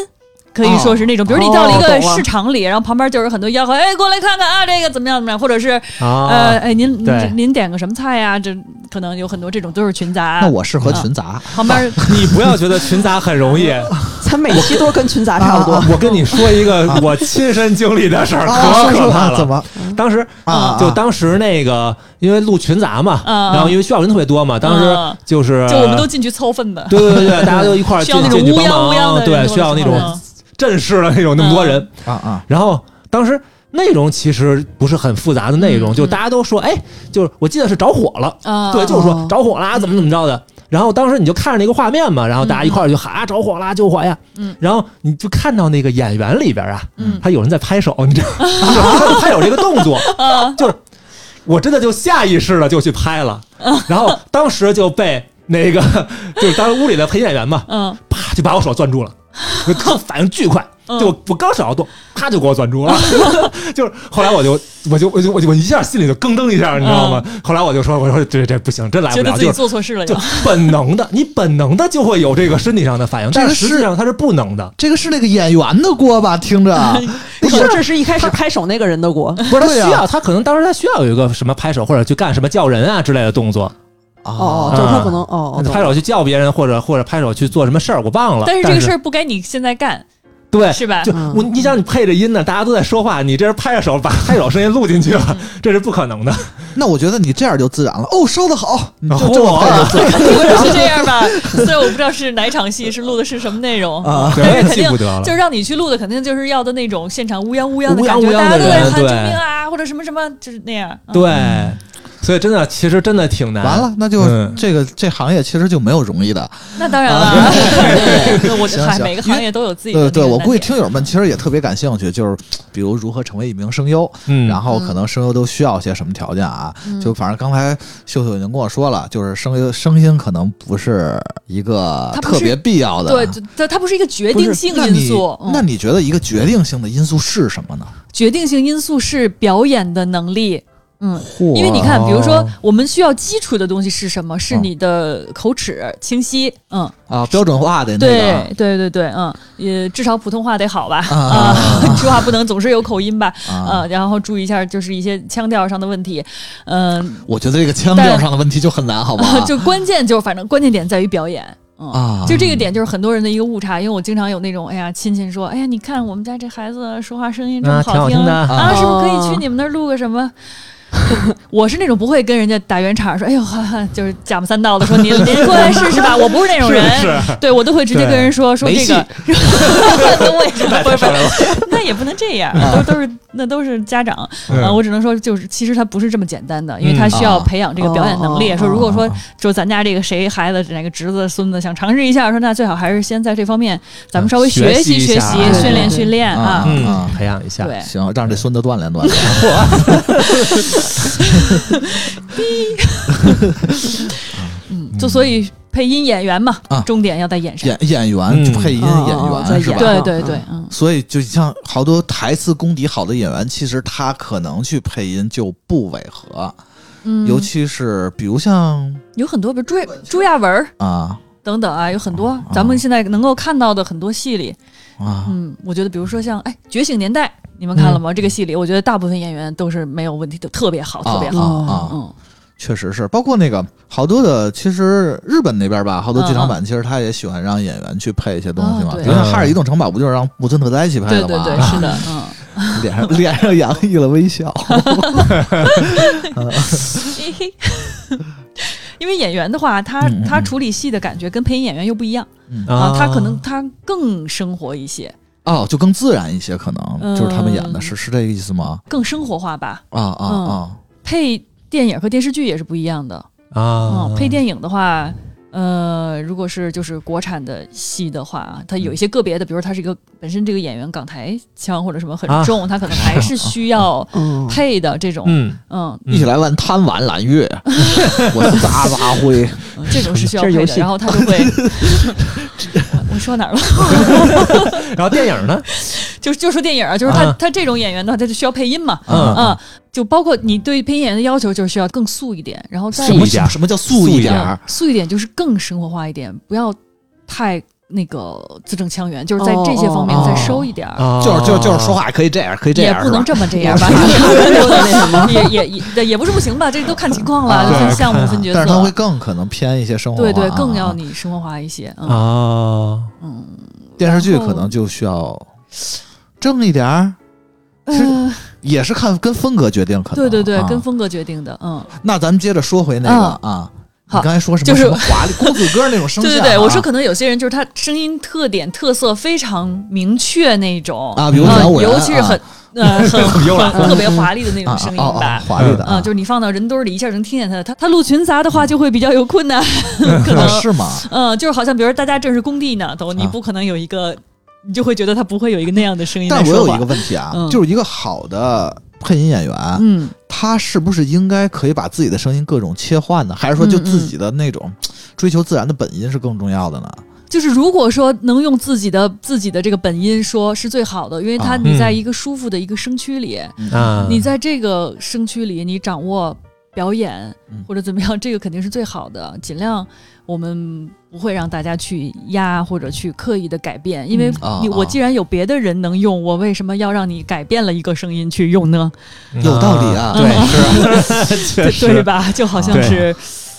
S7: 可以说是那种，
S2: 哦
S7: 比如你到了一个市场里，然后旁边就是很多吆喝，哎，过来看看啊，这个怎么样怎么样，或者是、呃，
S2: 啊，
S7: 哎，您
S2: 对
S7: 您您点个什么菜呀、这可能有很多这种都是群杂。
S5: 啊那我适
S7: 啊
S5: 合群
S2: 啊
S5: 杂，
S7: 旁边
S2: 你不要觉得群杂很 容易，
S8: 咱每期都跟群杂差不多。
S2: 我跟你说一个
S7: 啊
S2: 我亲身经历的事儿，可可怕
S5: 啊怎
S2: 了。
S5: 么
S2: 当时
S5: 啊？
S2: 就当时那个，因为录群杂嘛，
S7: 嗯
S2: 然后因为需要人特别多嘛，当时
S7: 嗯
S2: 就是
S7: 就我们都进去凑份子，
S2: 对对对对，大家都一块儿
S7: 需
S2: 进
S7: 要那种
S2: 进去
S7: 乌
S2: 帮
S7: 泱乌泱
S2: 忙，
S7: 的，嗯
S2: 对，需要那种阵势的那种那么多人。
S5: 啊啊
S2: 然后当时内容其实不是很复杂的内容，
S7: 嗯
S2: 就大家都说，哎，就是我记得是着火了，
S7: 啊，
S2: 对，就是说着火啦，怎么怎么着的。然后当时你就看着那个画面嘛，然后大家一块儿就喊、啊着火啦，救火呀！
S7: 嗯，
S2: 然后你就看到那个演员里边啊，
S7: 嗯
S2: 他有人在拍手，你知道吗？就是他有这个动作，
S7: 嗯
S2: 就是我真的就下意识的就去拍了，
S7: 嗯
S2: 然后当时就被那个就是当时屋里的陪演员嘛，
S7: 嗯
S2: 啪就把我手攥住了，我 特反应巨快，
S7: 嗯
S2: 就我我刚想要动，啪就给我攥住了， 就是后来我就我就我就我就我一下心里就咯噔一下，你知道吗？后来我就说我说这这不行，真来哎不
S7: 觉得
S2: 了，
S7: 嗯自己
S2: 就是
S7: 做错事了
S2: 就
S7: 又。
S2: 本能的，你本能的就会有这个身体上的反应，
S5: 这个
S2: 但是实际
S5: 是
S2: 上它是不能的，
S5: 这个是那个演员的锅吧？听着，啊
S7: 哎
S8: 不是，这是一开始拍手那个人的锅，
S2: 不是他
S5: 对啊
S2: 需要他可能当时他需要有一个什么拍手或者去干什么叫人啊之类的动作，
S8: 哦，就是他可能哦，我懂
S2: 拍手去叫别人或者或者拍手去做什么事儿，我忘了。
S7: 但
S2: 啊是
S7: 是这个事儿不该你现在干，
S2: 对
S7: 是吧
S2: 就
S8: 嗯
S2: 我，你想你配着音呢，大家都在说话，你这是拍着手把拍手声音录进去了，
S7: 嗯
S2: 这是不可能的。
S5: 那我觉得你这样就自然了。哦，收的好，你就
S2: 嚯
S5: 哦这么配就自然
S7: 可能是这样吧。虽然我不知道是哪场戏，是录的是什么内 容，
S5: 啊。
S2: 对，我也
S7: 肯
S2: 记
S7: 定
S2: 不得了
S7: 就。是让你去录的，肯定就是要的那种现场乌泱乌泱的
S2: 乌泱
S7: 感
S2: 乌
S7: 觉，
S2: 泱
S7: 大家
S2: 的
S7: 都在
S2: 人
S7: 喊救
S2: 对
S7: 命啊，或者什么什么，就是那样。嗯，
S2: 对，所以真的，其实真的挺难。
S5: 完了，那就
S2: 嗯
S5: 这个这行业其实就没有容易的。
S7: 那当然了，
S2: 啊
S7: 哎我
S5: 行
S7: 嗨，
S5: 行
S7: 每个行业都有自己的那
S5: 对
S7: 个
S5: 对，我估计
S7: 难点
S5: 听友们其实也特别感兴趣，就是比如如何成为一名声优，
S2: 嗯，
S5: 然后可能声优都需要些什么条件啊？
S7: 嗯
S5: 就反正刚才秀秀已经跟我说了，就是声优声音可能不是一个
S7: 它不是
S5: 特别必要的。啊
S7: 对，它它不是一个决
S5: 不是
S7: 定性
S5: 那
S7: 因
S5: 你
S7: 素。嗯
S5: 那你觉得一个决定性的因素是什么呢？
S7: 决定性因素是表演的能力。嗯，因为你看，
S5: 嚯
S7: 比如说，我们需要基础的东西是什么？
S5: 嗯
S7: 是你的口齿清晰，嗯，
S5: 啊，标准化的那
S7: 对
S5: 个
S7: 对对对，嗯，也至少普通话得好吧，
S5: 啊
S7: 啊， 说话不能总是有口音吧，
S5: 啊，
S7: 呃，然后注意一下就是一些腔调上的问题，嗯，
S5: 我觉得这个腔调上的问题就很难，好吧？
S7: 就关键就反正关键点在于表演，嗯，
S5: 啊，
S7: 就这个点就是很多人的一个误差，因为我经常有那种，哎呀，亲戚说，哎呀，你看我们家这孩子说话声音这么
S6: 啊挺好
S7: 听
S6: 听的
S7: 啊，是不是可以去你们那儿录个什么？我是那种不会跟人家打圆场，说哎呦，哈哈，就是假模三道的说你您过来试试吧，我不是那种人，对我都会直接跟人说说
S5: 没
S7: 这
S5: 戏
S7: 个，那我也是不会不， 那也不能这样，都都是那都是家长啊，我只能说就是其实他不是这么简单的，因为他需要
S5: 嗯啊
S7: 培养这个表演能力。
S8: 哦
S7: 说如果说就咱家这个谁孩子哪个侄子孙子想尝试一下，说那最好还是先在这方面咱们稍微学
S6: 学
S7: 习
S6: 习
S7: 学
S6: 一下
S7: 习
S6: 对，
S7: 训练
S8: 对
S7: 训练啊。
S5: 嗯
S6: 嗯
S5: 啊，
S6: 培养一下。
S7: 对，
S5: 行，让这孙子锻炼 锻炼。
S7: 嗯，就所以配音演员嘛
S5: 啊，
S7: 重点要在演上。
S5: 演演员
S6: 嗯
S5: 就配音演
S8: 哦哦哦在
S5: 员是
S8: 演
S5: 吧？
S7: 对
S8: 啊
S7: 对对，嗯，
S5: 所以就像好多台词功底好的演员，其实他可能去配音就不违和，
S7: 嗯
S5: 尤其是比如像
S7: 有很多，比如朱朱亚文儿
S5: 啊
S7: 等等啊，有很多咱们现在能够看到的很多戏里，
S5: 啊
S7: 嗯，我觉得比如说像哎《觉醒年代》，你们看了吗？这个戏里，我觉得大部分演员都是没有问题的，特别好，特别
S5: 啊
S7: 好。
S5: 啊啊
S7: 嗯
S5: 确实是，包括那个好多的，其实日本那边吧，好多剧场版其实他也喜欢让演员去配一些东西嘛
S7: 嗯啊，对
S5: 比如像《哈尔移动城堡》不就是让木村拓哉去配
S7: 对
S5: 的
S7: 对
S5: 嘛，
S7: 对，是的，嗯，
S5: 脸 上脸上洋溢了微 笑，
S7: 嘿嘿，因为演员的话，他
S5: 嗯嗯
S7: 他
S5: 嗯
S7: 处理戏的感觉跟配音演员又不一样啊
S6: 啊，
S7: 他可能他更生活一些，
S5: 哦，就更自然一些，可能
S7: 嗯
S5: 就是他们演的是是这个意思吗？
S7: 更生活化吧。
S5: 啊啊
S7: 嗯
S5: 啊！
S7: 配电影和电视剧也是不一样的，
S6: 啊
S7: 嗯，，配电影的话。呃，如果是就是国产的戏的话啊，它有一些个别的，比如他是一个本身这个演员港台腔或者什么很
S6: 啊
S7: 重，他可能还是需要
S8: 嗯，
S7: 配的这种，
S6: 嗯，
S7: 嗯，
S6: 嗯
S5: 一起来玩贪玩揽月，啊我是杂杂灰，
S7: 嗯这种是需要
S8: 这
S7: 配
S8: 是游
S7: 的，
S8: 戏
S7: 然后他就 会，我我说哪儿了？
S6: 然后电影呢？
S7: 就就说电影啊，就是他、
S6: 啊
S7: 他这种演员的话，他就需要配音嘛，
S6: 嗯
S7: 啊，就包括你对配音演员的要求就是需要更素一点，然后再
S6: 素一
S7: 一
S6: 点儿
S5: 什么叫素一点
S7: 点
S5: 儿？
S7: 素一点就是更生活化一点，不要太那个字正腔圆，就是在这些方面
S8: 哦哦
S7: 再收一点儿。
S6: 啊，
S5: 就是
S2: 哦
S5: 就是就是说话可以这样，可以这
S7: 也
S5: 样，
S7: 不能
S5: 是吧
S7: 这么这样吧， 也也也也也不是不行吧，这都看情况了，
S5: 啊
S7: 就项目分角
S5: 但是他会
S7: 色，
S5: 更可能偏一些生活化
S7: 对
S5: 啊，
S7: 对，更要
S5: 啊
S7: 你生活化一些，嗯
S2: 哦
S6: 啊，
S7: 嗯，
S5: 电视剧
S7: 然后
S5: 可能就需要正一点儿，是
S7: 呃
S5: 也是看跟风格决定，可能
S7: 对对对
S5: 啊，
S7: 跟风格决定的，嗯，
S5: 那咱们接着说回那个啊，
S7: 好
S5: 你刚才说什么
S7: 就是
S5: 什么华丽公子哥那 种声线
S7: 对
S5: 啊，
S7: 对对，我说可能有些人就是他声音特点特色非常明确那种
S5: 啊比如
S7: 呃
S5: 蒋伟
S7: 尤其是很呃很
S6: 又来
S7: 很特别华丽的那种声音
S5: 啊啊啊
S7: 吧。
S5: 华丽的
S7: 嗯，就是你放到人堆里一下就能听见他，他他录群杂的话就会比较有困难，可
S5: 啊
S7: 能
S5: 是吗？
S7: 嗯，就是好像比如大家正是工地呢，都你
S5: 啊
S7: 不可能有一个，你就会觉得他不会有一个那样的声音来
S5: 但我
S7: 说
S5: 有一
S7: 话
S5: 个。啊问题啊，
S7: 嗯
S5: 就是一个好的配音演员，
S7: 嗯，
S5: 他是不是应该可以把自己的声音各种切换呢？还
S7: 嗯
S5: 是说就自己的那种追求自然的本音是更重要的呢？
S7: 就是如果说能用自己的自己的这个本音说是最好的，因为他
S5: 啊
S7: 你在
S6: 嗯
S7: 一个舒服的一个声区里，
S5: 嗯
S6: 啊，
S7: 你在这个声区里，你掌握表演
S5: 嗯
S7: 或者怎么样，这个肯定是最好的。尽量我们不会让大家去压或者去刻意的改变，因为
S5: 啊
S7: 你
S5: 啊
S7: 我既然有别的人能用，我为什么要让你改变了一个声音去 用呢？
S6: 嗯
S5: 有道理
S7: 嗯
S5: 啊，
S6: 对，是，确
S7: 对对
S6: 实，
S7: 吧？就好像
S6: 对
S7: 是。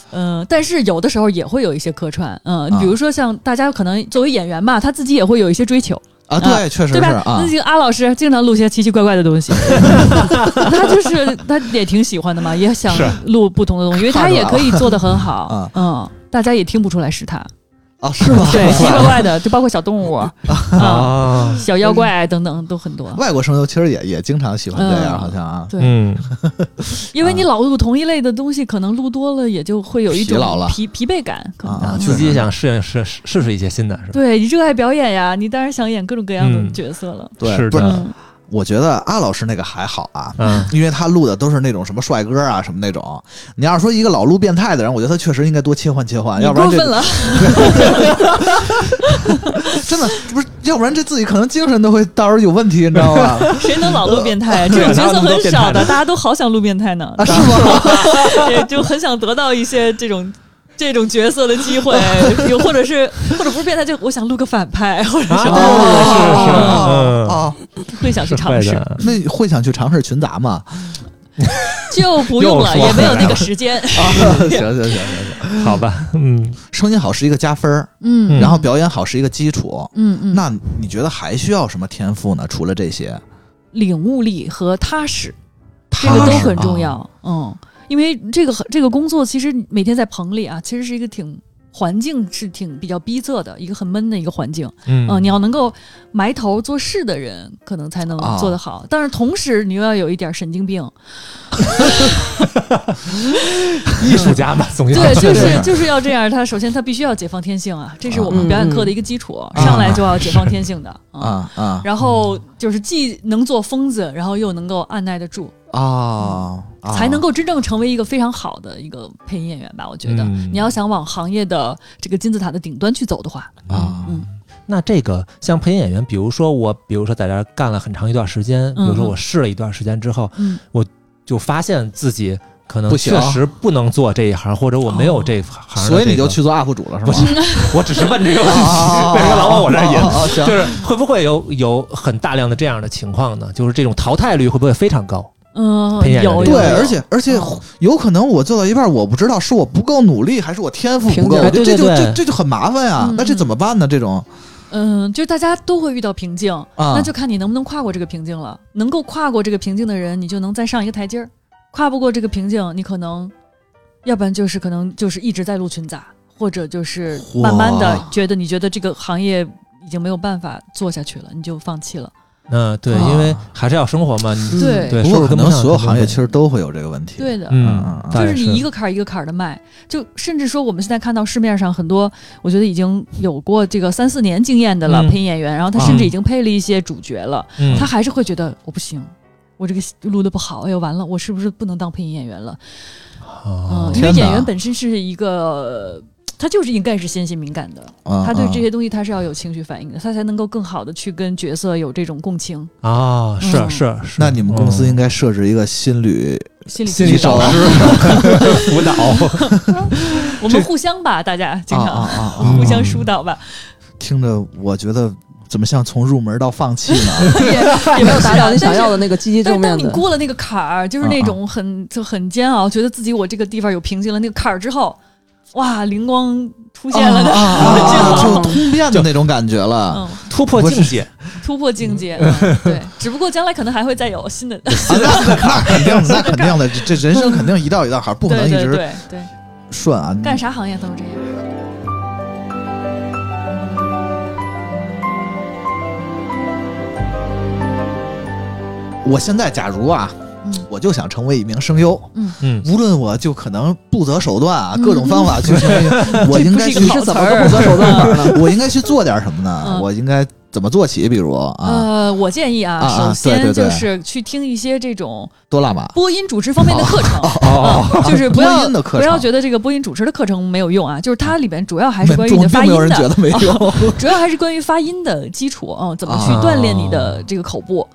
S7: 嗯、但是有的时候也会有一些客串，嗯、
S5: 啊
S7: 比如说像大家可能作为演员吧，他自己也会有一些追求，
S5: 啊，
S7: 啊
S5: 对，确实是
S7: 对吧？
S5: 啊
S7: 那。这个阿老师经常录些奇奇怪怪 的东西，他就是他也挺喜欢的嘛，也想
S6: 是
S7: 录不同的东西，因为他
S5: 看出来
S7: 也可以做得很好，
S5: 啊
S7: 嗯，大家也听不出来是 他，
S5: 啊，是吗？
S7: 对，奇奇怪怪的，就包括小动 物啊、
S6: 啊，
S2: 哦
S7: 小妖怪等等都很多。
S5: 外国声优其实也也经常喜欢这样，
S7: 嗯
S5: 好像啊，
S7: 对
S6: 嗯，
S7: 因为你老录同一类的东西，可能录多了也就会有一种
S5: 疲劳了
S7: 疲疲惫感，可能。
S5: 啊
S6: 自己也想试验试试试试一些新的，是吧？
S7: 对你热爱表演呀，你当然想演各种各样的
S6: 嗯
S7: 角色了。
S5: 对，
S6: 是
S5: 不是
S6: 的
S7: 嗯，
S5: 我觉得阿老师那个还好啊，
S6: 嗯，
S5: 因为他录的都是那种什么帅哥啊什么那种。你要是说一个老录变态的人，我觉得他确实应该多切换切换，
S7: 你
S5: 要不然
S7: 过
S5: 这
S7: 分了，
S5: 真的不是，要不然这自己可能精神都会到时候有问题，你知道吗？
S7: 谁能老录变态啊？这种角色很少的，大家都好想录变态呢，
S5: 啊，是吗？
S7: 也就很想得到一些这种。这种角色的机会，有或者是或者不是变态，就我想录个反派，或
S2: 啊
S7: 者是
S2: 哦嗯
S6: 啊，
S5: 哦，
S7: 会想
S6: 是是，嗯，
S7: 去尝
S6: 是
S7: 试
S6: 坏，的
S5: 那会想去尝试群杂吗？
S7: 就不用了，
S6: 又说
S7: 也没有那个时间。
S5: 啊，行行行行行，
S6: 好吧，嗯，
S5: 声音好是一个加分儿，
S7: 嗯
S5: 然后表演好是一个基础。
S7: 嗯嗯，
S5: 那你觉得还需要什么天赋呢？除了这些，
S7: 领悟力和踏实，这
S5: 踏
S7: 个
S5: 实
S7: 都很重要
S5: 啊。
S7: 嗯，因为这个这个工作其实每天在棚里啊，其实是一个挺环境是挺比较逼仄的，一个很闷的一个环境。
S6: 嗯
S7: 嗯、你要能够埋头做事的人，可能才能
S5: 啊
S7: 做得
S6: 哦
S7: 好。但是同时，你又要有一点神经 病，
S6: 艺术家 嘛，总要
S7: 对，就是就是要这样。他首先他必须要解放天性
S6: 嗯
S7: 啊，这是我们表演课的一个基础，上来就要解放天性的
S6: 嗯
S7: 啊。
S5: 啊啊
S7: 然后就是既能做疯子，然后又能够按耐得住，
S5: 啊！
S6: 嗯
S5: 啊
S7: 才能够真正成为一个非常好的一个配音演员吧。我觉得，
S6: 嗯
S7: 你要想往行业的这个金字塔的顶端去走的话，
S5: 啊
S7: 嗯，
S6: 那这个像配音演员，比如说我，比如说在这儿干了很长一段时间，比如说我试了一段时间之后，
S7: 嗯
S6: 就发现自己可能
S5: 不行
S6: 确实不哦能做这一行，或者我没有这行、
S2: 嗯
S6: 的
S5: 所以你
S6: 这
S5: 就
S6: 个
S5: 去做 UP 主了是
S6: 不
S5: 吗？
S6: 我只是问这个问
S5: 啊
S6: 题，
S5: 啊啊
S6: 为什么老往我这儿引
S5: 啊啊啊行
S6: 就是会不会有有很大量的这样的情况呢？就是这种淘汰率会不会非常高？
S7: 嗯、
S6: 配音演员
S7: 有有
S6: 这
S5: 对
S6: 个
S7: 有，
S5: 而且而且
S7: 嗯
S5: 有可能我做到一半，我不知道是我不够努力，还是我天赋不够，
S8: 凭
S5: 我
S6: 借
S5: 就这就
S6: 对对
S5: 这
S6: 对
S5: 这就很麻烦呀
S7: 嗯。
S5: 那这怎么办呢？这种
S7: 嗯，就是大家都会遇到瓶颈，
S5: 啊
S7: 那就看你能不能跨过这个瓶颈了。能够跨过这个瓶颈的人，你就能再上一个台阶儿；跨不过这个瓶颈，你可能，要不然就是可能就是一直在录群杂，或者就是
S5: 哇
S7: 慢慢的觉得你觉得这个行业已经没有办法做下去了，你就放弃了。
S6: 嗯，对，
S5: 啊
S6: 因为还是要生活嘛。你
S7: 对
S6: 对，
S5: 嗯不
S6: 收
S5: 过可
S6: 入跟不
S5: 能
S6: 上
S5: 所有
S6: 肯定
S5: 行业
S6: 会
S5: 其实都会有这个问题。
S7: 对的，
S6: 嗯，
S5: 嗯
S6: 倒
S7: 就
S6: 也
S7: 是你一个坎儿一个坎儿的迈，就甚至说我们现在看到市面上很多，我觉得已经有过这个三四年经验的了、
S6: 嗯
S7: 配音演员，然后他甚至已经配了一些主角了，
S6: 嗯
S7: 他还是会觉得我不行，我这个录的不好，哎呦完了，我是不是不能当配音演员了？
S6: 哦
S7: 嗯，因为
S5: 天哪
S7: 演员本身是一个，他就是应该是纤细敏感的，
S5: 啊
S7: 他对
S5: 啊
S7: 这些东西他是要有情绪反应的，他才能够更好的去跟角色有这种共情，
S6: 啊，是
S7: 嗯
S6: 是是。
S5: 那你们公司
S6: 嗯
S5: 应该设置一个心理
S7: 心理
S2: 心理导师 辅导，
S7: 我们互相吧，大家经
S5: 啊
S7: 常、
S5: 啊啊啊
S6: 嗯
S7: 互！相疏导吧，
S5: 听着，我觉得怎么像从入门到放弃 呢？
S7: 也也
S8: 也
S7: 没
S8: 没
S7: 有
S8: 有
S7: 达
S8: 达
S7: 到
S8: 到
S7: 你
S8: 你想
S7: 想要
S8: 要的那个积极
S7: 但
S8: 正
S7: 是当
S8: 面
S7: 你
S8: 的。
S7: 过了那个坎儿，
S5: 啊
S7: 就是那种很就很煎熬，觉得自己我这个地方有瓶颈了，那个坎儿之后，哇，灵光出现了，
S5: 啊啊
S7: 我知
S5: 啊
S7: 道
S5: 就通便的那种感觉了。
S7: 嗯，
S6: 突破境界，
S7: 突破境界，嗯对， 只不过将来可能还会再有 新的，
S5: 啊那那肯定 的，那肯定的，这这人生肯定一道一道坎儿，不可能
S7: 对
S5: 一
S7: 对
S5: 直
S7: 对对，
S5: 顺啊。
S7: 干啥行业都是这样。
S5: 我现在假如啊，
S7: 嗯
S5: 我就想成为一名声优，
S6: 嗯，
S5: 无论我就可能不择手段啊，
S7: 嗯
S5: 各种方法去成为一个， 我应该去
S7: 这不
S8: 你
S7: 好
S8: 是怎么
S7: 词儿啊
S8: 个不择手
S5: 啊
S8: 段法呢？
S5: 我应该去做点什么呢
S7: 嗯？
S5: 我应该怎么做起？比如啊，
S7: 呃，我建议啊，
S5: 啊啊
S7: 首
S5: 对
S7: 先
S5: 对对
S7: 就是去听一些这种
S5: 多拉玛
S7: 播音主持方面的课程，
S5: 哦
S7: 嗯就是不
S5: 播
S7: 要
S5: 音的课程
S7: 不要觉得这个播音主持的课程没有用啊，就是它里边主要还
S5: 没
S7: 是关于你的
S5: 并
S7: 哦发
S5: 没
S7: 音
S5: 有人
S7: 的
S5: 觉。得没用
S7: 主要还是关于发音的基础，嗯，怎么去
S5: 啊
S7: 锻炼你的这个口部，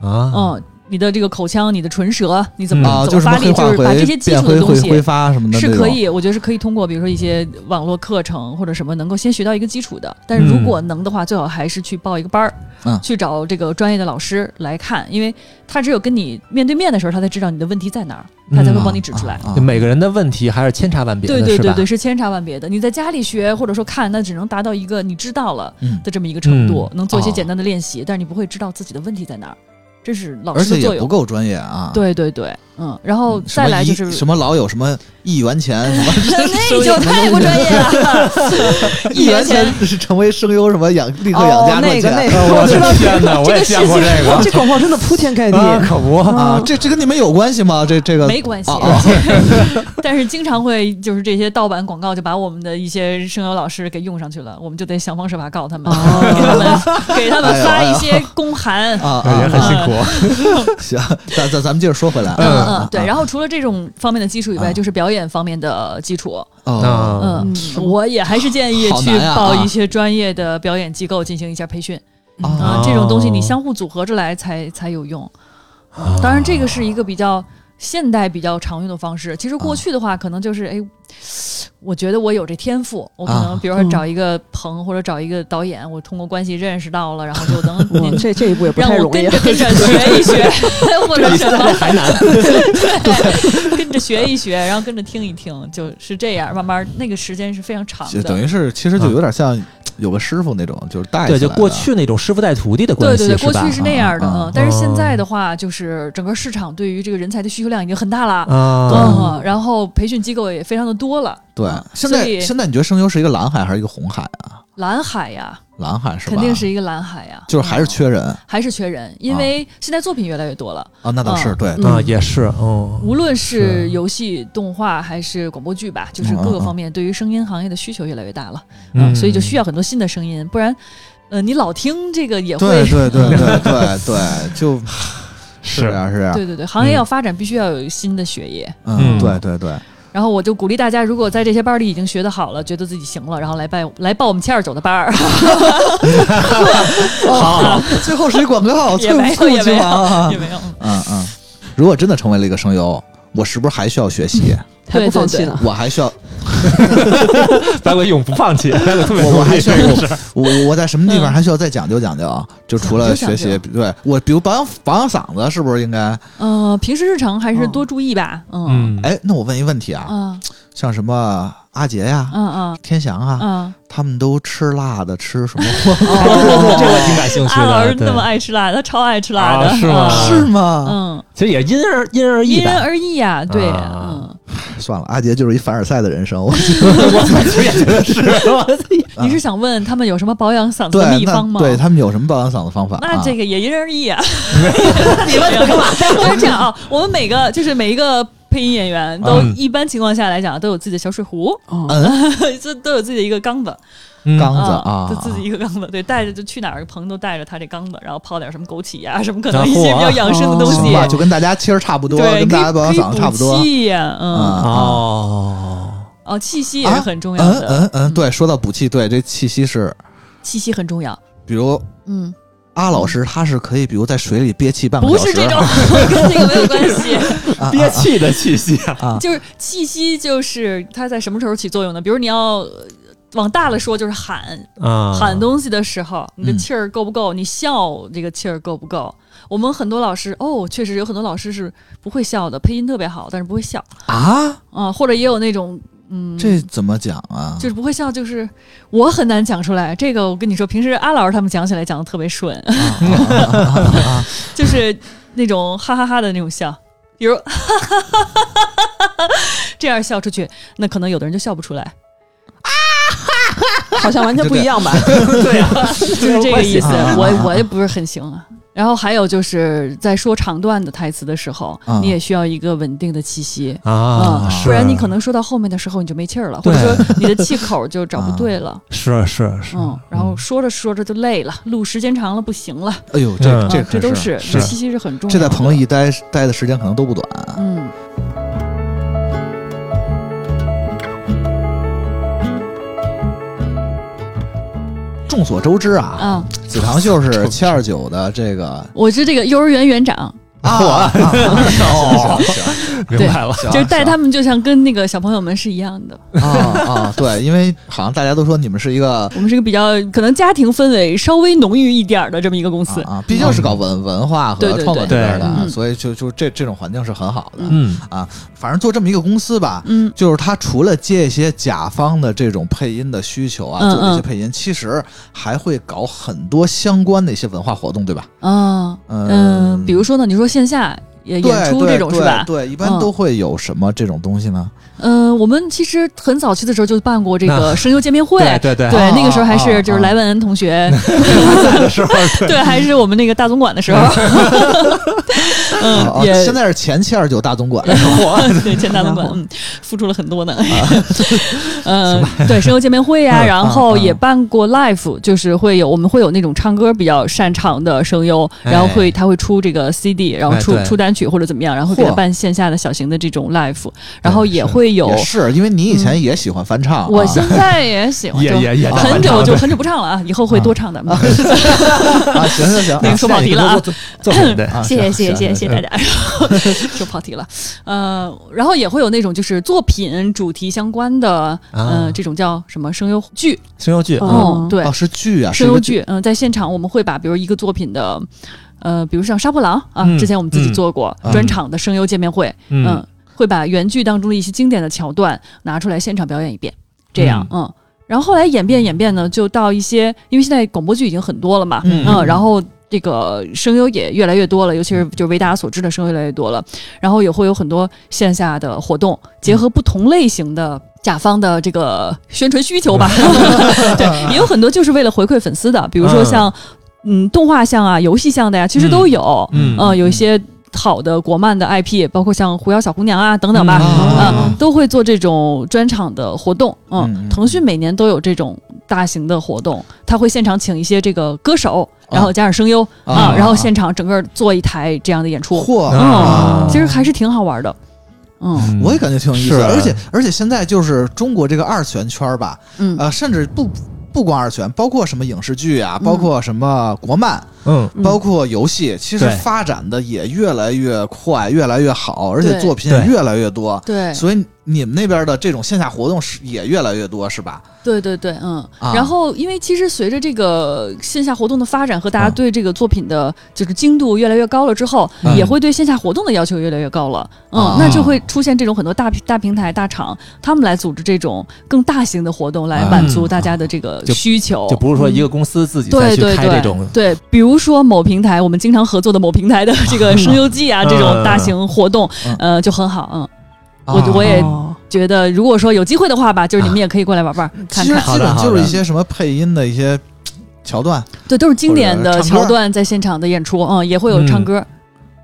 S6: 啊，
S7: 嗯，你的这个口腔、你的唇舌，你怎么、
S5: 啊，
S7: 嗯怎
S5: 就
S7: 么
S5: 是什么
S7: 发
S5: 黑化
S7: 力，就是把这
S5: 回
S7: 些基
S5: 变
S7: 础的
S5: 回
S7: 东
S5: 回
S7: 西
S5: 挥发什么的
S7: 是
S5: 那
S7: 可
S5: 种。
S7: 以，我觉得是可以通过比如说一些网络课程或者什么，能够先学到一个基础的。但是如果能的话，最好还是去报一个班儿，
S5: 嗯
S7: 去找这个专业的老师来看，因为他只有跟你面对面的时候，他才知道你的问题在哪儿，他才会
S6: 嗯
S7: 帮你指出来。
S5: 啊
S6: 就每个人的问题还是千差万别的，
S7: 对对
S6: 是
S7: 对
S6: 吧
S7: 对，？是千差万别的。你在家里学或者说看，那只能达到一个你知道了
S5: 嗯
S7: 的这么一个程度，能做一些
S5: 哦
S7: 简单的练习，但是你不会知道自己的问题在哪儿，这是老
S5: 而
S7: 师
S5: 且
S7: 的作
S5: 也不
S7: 用。
S5: 够专业啊。
S7: 对对对，嗯，然后
S5: 什么
S7: 再来
S5: 一
S7: 就是
S5: 什么老有什么一元钱，什么
S7: 那就太不专 业了， 一元钱。
S5: 是成为声优什么养立刻养
S3: 哦
S5: 家，
S3: 那
S5: 赚
S3: 个那
S5: 钱
S3: 个，
S2: 我
S3: 我知道
S2: 的天哪，我也
S7: 这
S2: 见
S7: 个
S2: 过
S7: 事情
S2: 这个
S8: 这广告真的铺天盖地。嗯
S2: 啊，可不，
S5: 啊，这这跟你们有关系吗？这这个
S7: 没关系，
S5: 啊啊
S7: 但是经常会就是这些盗版广告就把我们的一些声优老师给用上去了，我们就得想方设法告他们，
S5: 哦
S7: 给他们给他
S5: 哎
S7: 们发一些公函。
S5: 啊
S2: 啊也
S5: 啊，
S2: 很辛苦。
S5: 行，咱咱咱们接着说回来，
S7: 嗯
S5: 啊
S7: 嗯，对。然后除了这种方面的基础以外，
S5: 啊
S7: 就是表演方面的基础。
S5: 哦，
S2: 啊，
S7: 嗯，我也还是建议
S5: 好
S7: 去
S5: 难呀
S7: 报
S5: 啊
S7: 一些专业的表演机构进行一下培训。
S6: 嗯
S5: 啊
S7: 啊，这种东西你相互组合着来才才有用。嗯当然，这个是一个比较现代、比较常用的方式。其实过去的话，可能就是哎，我觉得我有这天赋，我可能
S5: 啊
S7: 比如说找一个棚或者找一个导演，我通过关系认识到了，然后就能您
S8: 哇这这一步也不
S7: 让
S8: 太
S7: 我
S8: 容
S7: 跟
S8: 易啊
S7: 着。跟着学一学，或者什么
S2: 还 难，
S7: 对，跟着学一学，然后跟着听一听，就是这样，慢慢那个时间是非常长
S5: 就
S7: 的
S5: 等。于是其实就有点像有个师傅那种，就是带
S6: 嗯对，
S5: 起
S6: 就
S5: 来
S6: 过
S5: 的
S6: 去那种师傅带徒弟的关
S7: 对
S6: 系，
S7: 对对，过
S6: 吧
S7: 去？是那样的，
S5: 啊啊
S7: 嗯，但是现在的话，就是整个市场对于这个人才的需求量已经很大了，
S6: 啊，
S7: 嗯，然后培训机构也非常的多了。
S5: 对
S7: 嗯，
S5: 现
S7: 所
S5: 在
S7: 以
S5: 现在你觉得声优是一个蓝海还是一个红海啊？
S7: 蓝海呀，
S5: 蓝海是吧？
S7: 肯定是一个蓝海呀，
S5: 就是还是
S7: 嗯
S5: 缺啊人
S7: 还是缺人，因为现在作品越来越多了，
S5: 啊，那倒是
S7: 嗯
S5: 对，
S6: 啊，也是，嗯，
S7: 无论是
S6: 是
S7: 游戏、动画还是广播剧吧，
S5: 嗯
S7: 就是各个方面对于声音行业的需求越来越大了，嗯，所以就需要很多新的声音，不然，呃，你老听这个也会，
S5: 对对对对
S7: 嗯
S5: 对对，就是啊是啊，
S7: 对对对，行业要发展必须要有新的血液，
S5: 嗯，
S6: 嗯
S5: 对对对，
S7: 然后我就鼓励大家，如果在这些班儿里已经学得好了，觉得自己行了，然后来拜来报我们七二九的班儿，
S5: 好，最后是一广告，
S7: 哦也
S5: 猝
S7: 没有
S5: 猝
S7: 也
S5: 不及
S7: 没
S5: 防啊
S7: 有，也没有，
S5: 嗯嗯，如果真的成为了一个声优，我是不是还需要学习？
S7: 嗯
S8: 还不放弃
S7: 对对
S8: 呢，
S5: 我还需要
S2: 白鬼永不放弃，白鬼特别
S5: 我我
S2: 努
S5: 还
S2: 力。
S5: 需要我我我在什么地方
S7: 嗯
S5: 还需要再讲究讲究啊？就除了学
S7: 讲究
S5: 习，
S7: 讲
S5: 对我比如保养保养嗓子，是不是应该？
S7: 呃，平时日常还是多注意吧，嗯
S6: 嗯，
S5: 哎，那我问一问题啊，
S7: 嗯
S5: 像什么阿杰呀、
S7: 嗯嗯
S5: 天翔啊，
S7: 嗯，
S5: 他们都吃辣的，吃什么货？
S6: 这我挺感兴趣
S7: 阿老
S6: 的
S7: 师，
S6: 对
S7: 啊那么爱吃辣，他超爱吃辣
S2: 啊
S7: 的，
S2: 是吗
S7: 嗯
S5: 是吗？
S7: 嗯，
S6: 其实也因人而因人而异
S7: 因人
S6: 吧。
S7: 而异呀，对，
S6: 啊
S7: 嗯，
S5: 算了，阿杰就是一凡尔赛的人生。我
S7: 你是想问他们有什么保养嗓子的
S5: 对，
S7: 秘方
S5: 那
S7: 吗？
S5: 对他们有什么保养嗓子方法？
S7: 那这
S5: 啊、
S7: 个也因人而异 啊。你问我干嘛？我是这样啊，我们每个就是每一个配音演员都
S2: 嗯
S7: 一般情况下来讲都有自己的小水壶， 这都有自己的一个缸子，
S5: 缸子
S7: 啊
S5: 啊，
S7: 就自己一个缸子，对，带着就去哪儿棚都带着他这缸子，然后泡点什么枸杞呀、什么可能
S6: 然
S7: 一
S6: 后
S7: 些
S6: 啊
S7: 比较养生的东
S5: 行
S7: 西，
S5: 哦吧，就跟大家其实差不多，
S7: 对，
S5: 跟
S7: 可
S5: 大家
S7: 以
S5: 保养
S7: 可以
S5: 嗓子差不多
S7: 补。气呀、嗯，
S5: 啊
S6: 哦，
S7: 哦，气息也是很重要
S5: 嗯
S7: 的，
S5: 嗯嗯，对，说到补气，对，这气息是，
S7: 气息很重要，
S5: 比如
S7: 嗯，
S5: 阿老师，他是可以，比如在水里憋气半个
S7: 不
S5: 小时，
S7: 是这种， 跟这个没有关 系。
S5: 啊
S2: 憋气的气息啊，
S7: 就是气息，就是它在什么时候起作用呢？比如你要呃往大了说，就是喊
S6: 啊，
S7: 喊东西的时候，你的
S5: 嗯
S7: 气儿够不够？你笑这个气儿够不够？我们很多老师哦，确实有很多老师是不会笑的，配音特别好，但是不会笑
S5: 啊，
S7: 啊、或者也有那种嗯，
S5: 这怎么讲啊？
S7: 就是不会笑，就是我很难讲出来。这个我跟你说，平时阿老师他们讲起来讲的特别顺，就是那种哈哈哈的那种笑，比如哈哈哈哈哈哈这样笑出去，那可能有的人就笑不出来，
S8: 好像完全不一样 吧？
S7: 啊 就是这个意思。
S5: 啊啊啊
S7: 我我也不是很行啊。然后还有就是在说长段的台词的时候，
S5: 啊
S7: 你也需要一个稳定的气息。
S6: 啊，
S7: 嗯，
S6: 是
S7: 不然你可能说到后面的时候你就没气儿了，或者说你的气口就找不对了，
S6: 是是是，
S7: 嗯，然后说着说着就累了，录时间长了不行了，
S5: 哎呦，这
S6: 嗯
S5: 这
S7: 啊
S5: 可
S7: 这都
S5: 是
S7: 是这气息是很重要
S5: 这
S7: 的。
S5: 在棚里一待待的时间可能都不短。
S7: 嗯，
S5: 众所周知啊，
S7: 啊，
S5: 子堂秀 是七二九的这个
S7: 我是这个幼儿园园长，
S5: 啊， 哦，行
S2: 明
S7: 对
S2: 白了，
S5: 行
S7: 就是带他们就像跟那个小朋友们是一样的。
S5: 啊啊，对，因为好像大家都说你们是一个
S7: 我们是个比较可能家庭氛围稍微浓郁一点儿的这么一个公司。
S5: 啊啊，毕竟是搞文文化和
S7: 嗯对对
S5: 创作这边
S6: 对
S5: 的，
S7: 嗯
S5: 所以就就这这种环境是很好的。啊
S6: 嗯
S5: 反正做这么一个公司吧，
S7: 嗯
S5: 就是他除了接一些甲方的这种配音的需求啊，
S7: 嗯
S5: 做这些
S7: 嗯
S5: 配音，其实还会搞很多相关的一些文化活动，对吧？
S7: 啊
S5: 嗯
S7: 嗯，比如说呢，你说线下也
S5: 对
S7: 演出
S5: 对
S7: 这种是
S5: 对
S7: 吧？
S5: 对，一般
S7: 嗯
S5: 都会有什么这种东西呢？
S7: 嗯，我们其实很早期的时候就办过这个
S6: 那
S7: 声优见面会，
S6: 对对
S7: 对，
S5: 啊
S7: 那个时候还
S5: 啊
S7: 是就是
S5: 啊
S7: 莱万恩同学
S2: 在的时候，
S7: 对，还是我们那个大总管的时候，
S5: 啊
S7: 嗯，
S5: 啊
S7: 也
S5: 现在是前切尔酒大总管，
S7: 对前大总管，嗯，付出了很多呢。 嗯，对，声优见面会呀，
S5: 嗯
S7: 然后也办过 live，就是会有我们会有那种唱歌比较擅长的声优，然后会他会出这个 CD，然后
S6: 哎
S7: 出
S6: 对
S7: 出单曲或者怎么样，然后给他
S5: 嚯
S7: 办线下的小型的这种 live，然后也会有
S5: 也。是因为你以前也喜欢翻唱啊，
S7: 我现在也喜欢，
S2: 也
S7: 就
S2: 也也在
S7: 很
S2: 翻
S7: 久
S2: 唱
S7: 就很久不唱了啊，以后会多唱的。嗯
S5: 啊，行行行，
S7: 那个说跑题了啊，
S2: 做什么的？
S5: 啊
S7: 谢谢谢谢谢谢谢
S5: 行嗯
S7: 大家，然后 说跑题了，呃，然后也会有那种就是作品主题相关的，呃
S6: 啊，
S7: 这种叫什么声优剧，
S6: 声优剧，
S8: 哦
S7: 嗯，对
S5: 哦，，是剧啊，是
S7: 声
S5: 一
S7: 优
S5: 个，
S7: 剧，嗯，在现场我们会把比如一个作品的，呃，比如像《杀破狼》啊，
S6: 嗯
S7: 之前我们自己做过
S5: 嗯
S7: 专场的声优见面会，嗯
S6: 嗯，，
S7: 会把原剧当中的一些经典的桥段拿出来现场表演一遍，这样，嗯。然后后来演变演变呢，就到一些，因为现在广播剧已经很多了嘛，
S5: 嗯
S7: 然后这个声优也越来越多了，尤其是就为大家所知的声优越来越多了，然后也会有很多线下的活动，结合不同类型的甲方的这个宣传需求吧，对，也有很多就是为了回馈粉丝的，比如说像嗯动画像啊、游戏像的呀，其实都有，
S6: 嗯
S7: 呃，有一些好的国漫的 IP，包括像《狐妖小姑娘》啊等等吧，
S5: 嗯
S7: 呃，都会做这种专场的活动。嗯，
S5: 嗯嗯
S7: 腾讯每年都有这种大型的活动，他会现场请一些这个歌手，然后加上声优
S5: 啊
S7: 啊
S5: 啊
S7: 然后现场整个做一台这样的演出。
S5: 嚯
S7: 嗯、
S6: 啊
S7: 其实还是挺好玩的。嗯
S5: 我也感觉挺有意思
S6: 是
S5: 的，
S6: 啊
S5: 而且而且现在就是中国这个二次元圈儿吧，
S7: 嗯
S5: 呃，甚至不不光二次元，包括什么影视剧啊，
S7: 嗯
S5: 包括什么国漫，
S6: 嗯，
S8: 嗯
S5: 包括游戏，其实
S6: 对
S5: 发展的也越来越快，越来越好，而且
S7: 对
S5: 作品也
S6: 对
S5: 越来越多，
S7: 对
S5: 所以你们那边的这种线下活动是也越来越多，是吧？
S7: 对对对，嗯，
S5: 啊
S7: 然后因为其实随着这个线下活动的发展和大家
S6: 嗯
S7: 对这个作品的就是精度越来越高了之后，
S6: 嗯
S7: 也会对线下活动的要求越来越高了，嗯，
S5: 啊
S7: 那就会出现这种很多大平大平台、大厂他们来组织这种更大型的活动，来满足大家的这个
S6: 就
S7: 需求，
S6: 就不是说一
S7: 嗯
S6: 个公司自己再
S7: 对
S6: 去
S7: 对
S6: 开这
S7: 对
S6: 种，
S7: 对，比如说某平台，我们经常合作的某平台的 这个声优季啊，
S6: 嗯
S7: 这种大型活动，呃，就很好，嗯。我
S5: 啊
S7: 我也
S8: 哦
S7: 觉得，如果说有机会的话吧，就是你
S6: 啊
S7: 们也可以过来玩玩，
S6: 嗯
S7: 看
S5: 其实
S7: 看。
S5: 基本就是一些什么配音的一些桥段，
S7: 对，都是经典
S5: 或
S7: 的
S5: 者唱歌
S7: 桥段在现场的演出，嗯，也会有唱歌，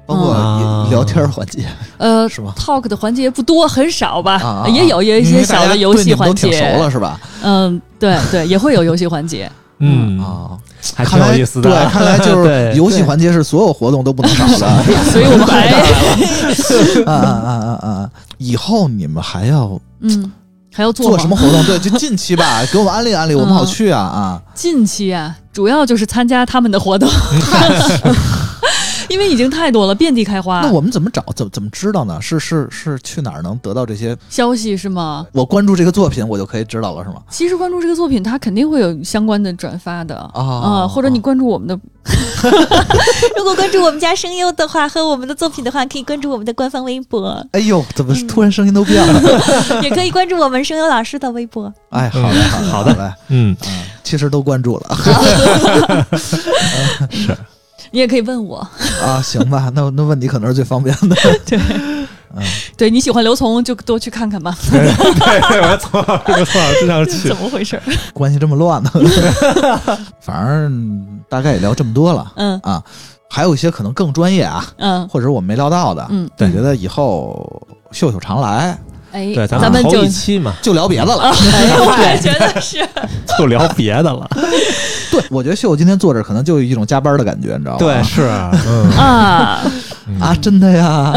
S5: 包括
S6: 嗯
S5: 也聊天儿环节，
S7: 呃
S5: 是吗？
S7: ，talk 的环节不多，很少吧，
S5: 啊啊
S7: 也有也有一
S5: 因
S7: 些
S5: 为大
S7: 小
S5: 家
S7: 的游
S5: 对你
S7: 戏
S5: 们
S7: 环
S5: 都挺熟
S7: 节
S5: 了，，是吧？
S7: 嗯，对对，也会有游戏 环节，
S6: 嗯，
S5: 啊，
S6: 还挺有意思的，啊
S5: 看 来对，看来就是
S6: 对
S5: 游戏环节是所有活动都不能少的。
S7: 所以我们还
S5: 啊啊啊啊啊！以后你们还要
S7: 嗯还要做
S5: 做
S7: 吗嗯
S5: 什么？活动？对，就近期 吧，给我们安利安利，我们好去啊啊！
S7: 近期啊，主要就是参加他们的活动， 因为已经太多了，遍地开花
S5: 那。我们怎么找？怎么怎么知道呢？是是是去哪儿能得到这些？
S7: 消息是吗？
S5: 我关注这个作品，我就可以知道了，是吗？
S7: 其实关注这个作品，它肯定会有相关的转发的啊、
S5: 哦
S7: 或者你关注我们的
S10: 如果关注我们家声优的话和我们的作品的话，可以关注我们的官方微博，
S5: 哎呦，怎
S7: 嗯
S5: 么突然声音都变了？
S10: 也可以关注我们声优老师的微博。
S5: 哎，好嘞，好嘞 好嘞，
S6: 嗯，
S5: 嗯，其实都关注了
S7: 你也可以问我，
S5: 啊，行吧，那那问你可能是最方便的。
S7: 对你喜欢刘从就多去看看吧，
S6: 对，我从我从老师上去
S7: 怎，么回事儿？
S5: 关系这么乱呢？ 反正大概也聊这么多了
S7: 嗯
S5: 啊，还有一些可能更专业啊，
S7: 嗯
S5: 或者是我们没聊到的，
S7: 嗯，
S5: 我觉得以后秀秀常来
S7: 哎，
S6: 对，
S7: 咱
S6: 们
S7: 们就
S6: 头一期嘛，
S5: 就聊别的了。
S7: 哎， 我也觉得是，
S6: 就聊别的了，
S5: 对，我觉得秀秀今天坐这儿可能就有一种加班的感觉，你知道吗？
S6: 对，是， 嗯，
S7: 啊，
S5: 啊，真的 呀，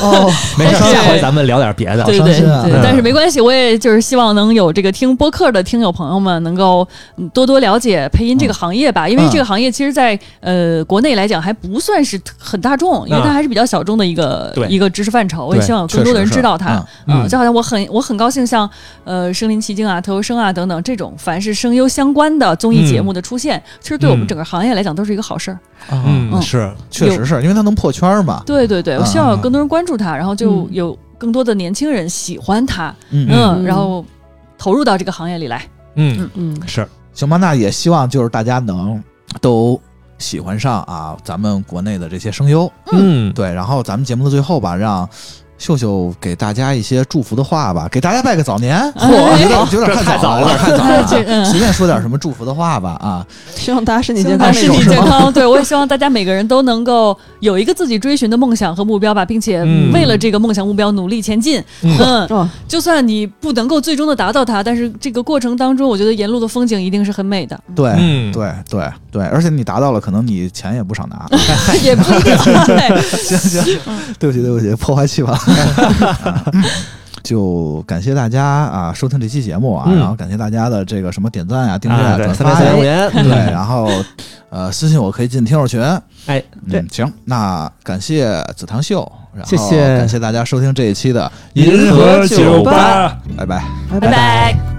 S5: 哦，
S6: 没事，
S7: 好
S6: 哎下回
S7: 对
S6: 咱们聊点别的，
S7: 对
S5: 伤
S7: 对
S5: 心啊
S7: 对
S6: 嗯，
S7: 但是没关系，我也就是希望能有这个听播客的听友朋友们能够嗯多多了解配音这个行业
S6: 嗯
S7: 吧，因为这个行业其实在，呃国内来讲还不算是很大众，因为它还是比较小众的一个
S6: 对
S7: 一个知识范畴，我也
S6: 对
S7: 希望有更多的人
S5: 确实是啊
S7: 知道它。
S6: 嗯
S7: 嗯，就好像我很我很高兴像，呃身临其境啊、特优生啊等等这种凡是声优相关的综艺节目的出现，其实对我们
S6: 嗯
S7: 整个行业来讲都是一个好事儿。
S6: 嗯，
S7: 嗯
S6: 是，
S5: 啊确实是因为它能破圈儿嘛。
S7: 对对对，我希望有更多人关注他，然后就
S8: 嗯
S7: 有更多的年轻人喜欢他，
S5: 嗯，
S7: 嗯，
S8: 嗯
S7: 然后投入到这个行业里来。
S6: 嗯，
S8: 嗯，
S6: 是，
S5: 行吧，那也希望就是大家能都喜欢上啊咱们国内的这些声优。
S6: 嗯，
S5: 对，然后咱们节目的最后吧，让秀秀给大家一些祝福的话吧，给大家拜个早年。我觉得有点太早了，有点哎太早了
S7: 这嗯
S5: 啊，随便说点什么祝福的话吧啊。
S8: 希望大家身体
S7: 希望
S8: 健
S7: 大
S8: 康
S7: 家身
S8: 那种
S7: 体
S8: 是
S7: 健
S8: 吗？
S7: 康。对我也希望大家每个人都能够有一个自己追寻的梦想和目标吧，并且
S6: 嗯
S7: 为了这个梦想目标努力前进。
S6: 嗯
S7: 嗯，
S8: 哦，
S7: 就算你不能够最终的达到它，但是这个过程当中，我觉得沿路的风景一定是很美的。
S5: 对，
S6: 嗯
S5: 对，对，对，而且你达到了，可能你钱也不少拿。
S7: 也不一定。对
S5: 行行，对不起，对不起，破坏气氛。 就感谢大家啊，收听这期节目啊，
S6: 嗯
S5: 然后感谢大家的这个什么点赞啊、订阅、
S6: 啊，
S5: 啊、
S6: 对，
S5: 转
S6: 三
S5: 发
S6: 百三
S5: 呀
S6: 十五，元，
S5: 对，然后呃，私信我可以进听友群。
S6: 哎，
S5: 嗯，行，那感谢紫堂秀，然后
S6: 谢谢
S5: 感谢大家收听这一期的
S6: 银河
S8: 酒
S6: 吧。
S5: 拜拜。
S8: 拜
S7: 拜拜。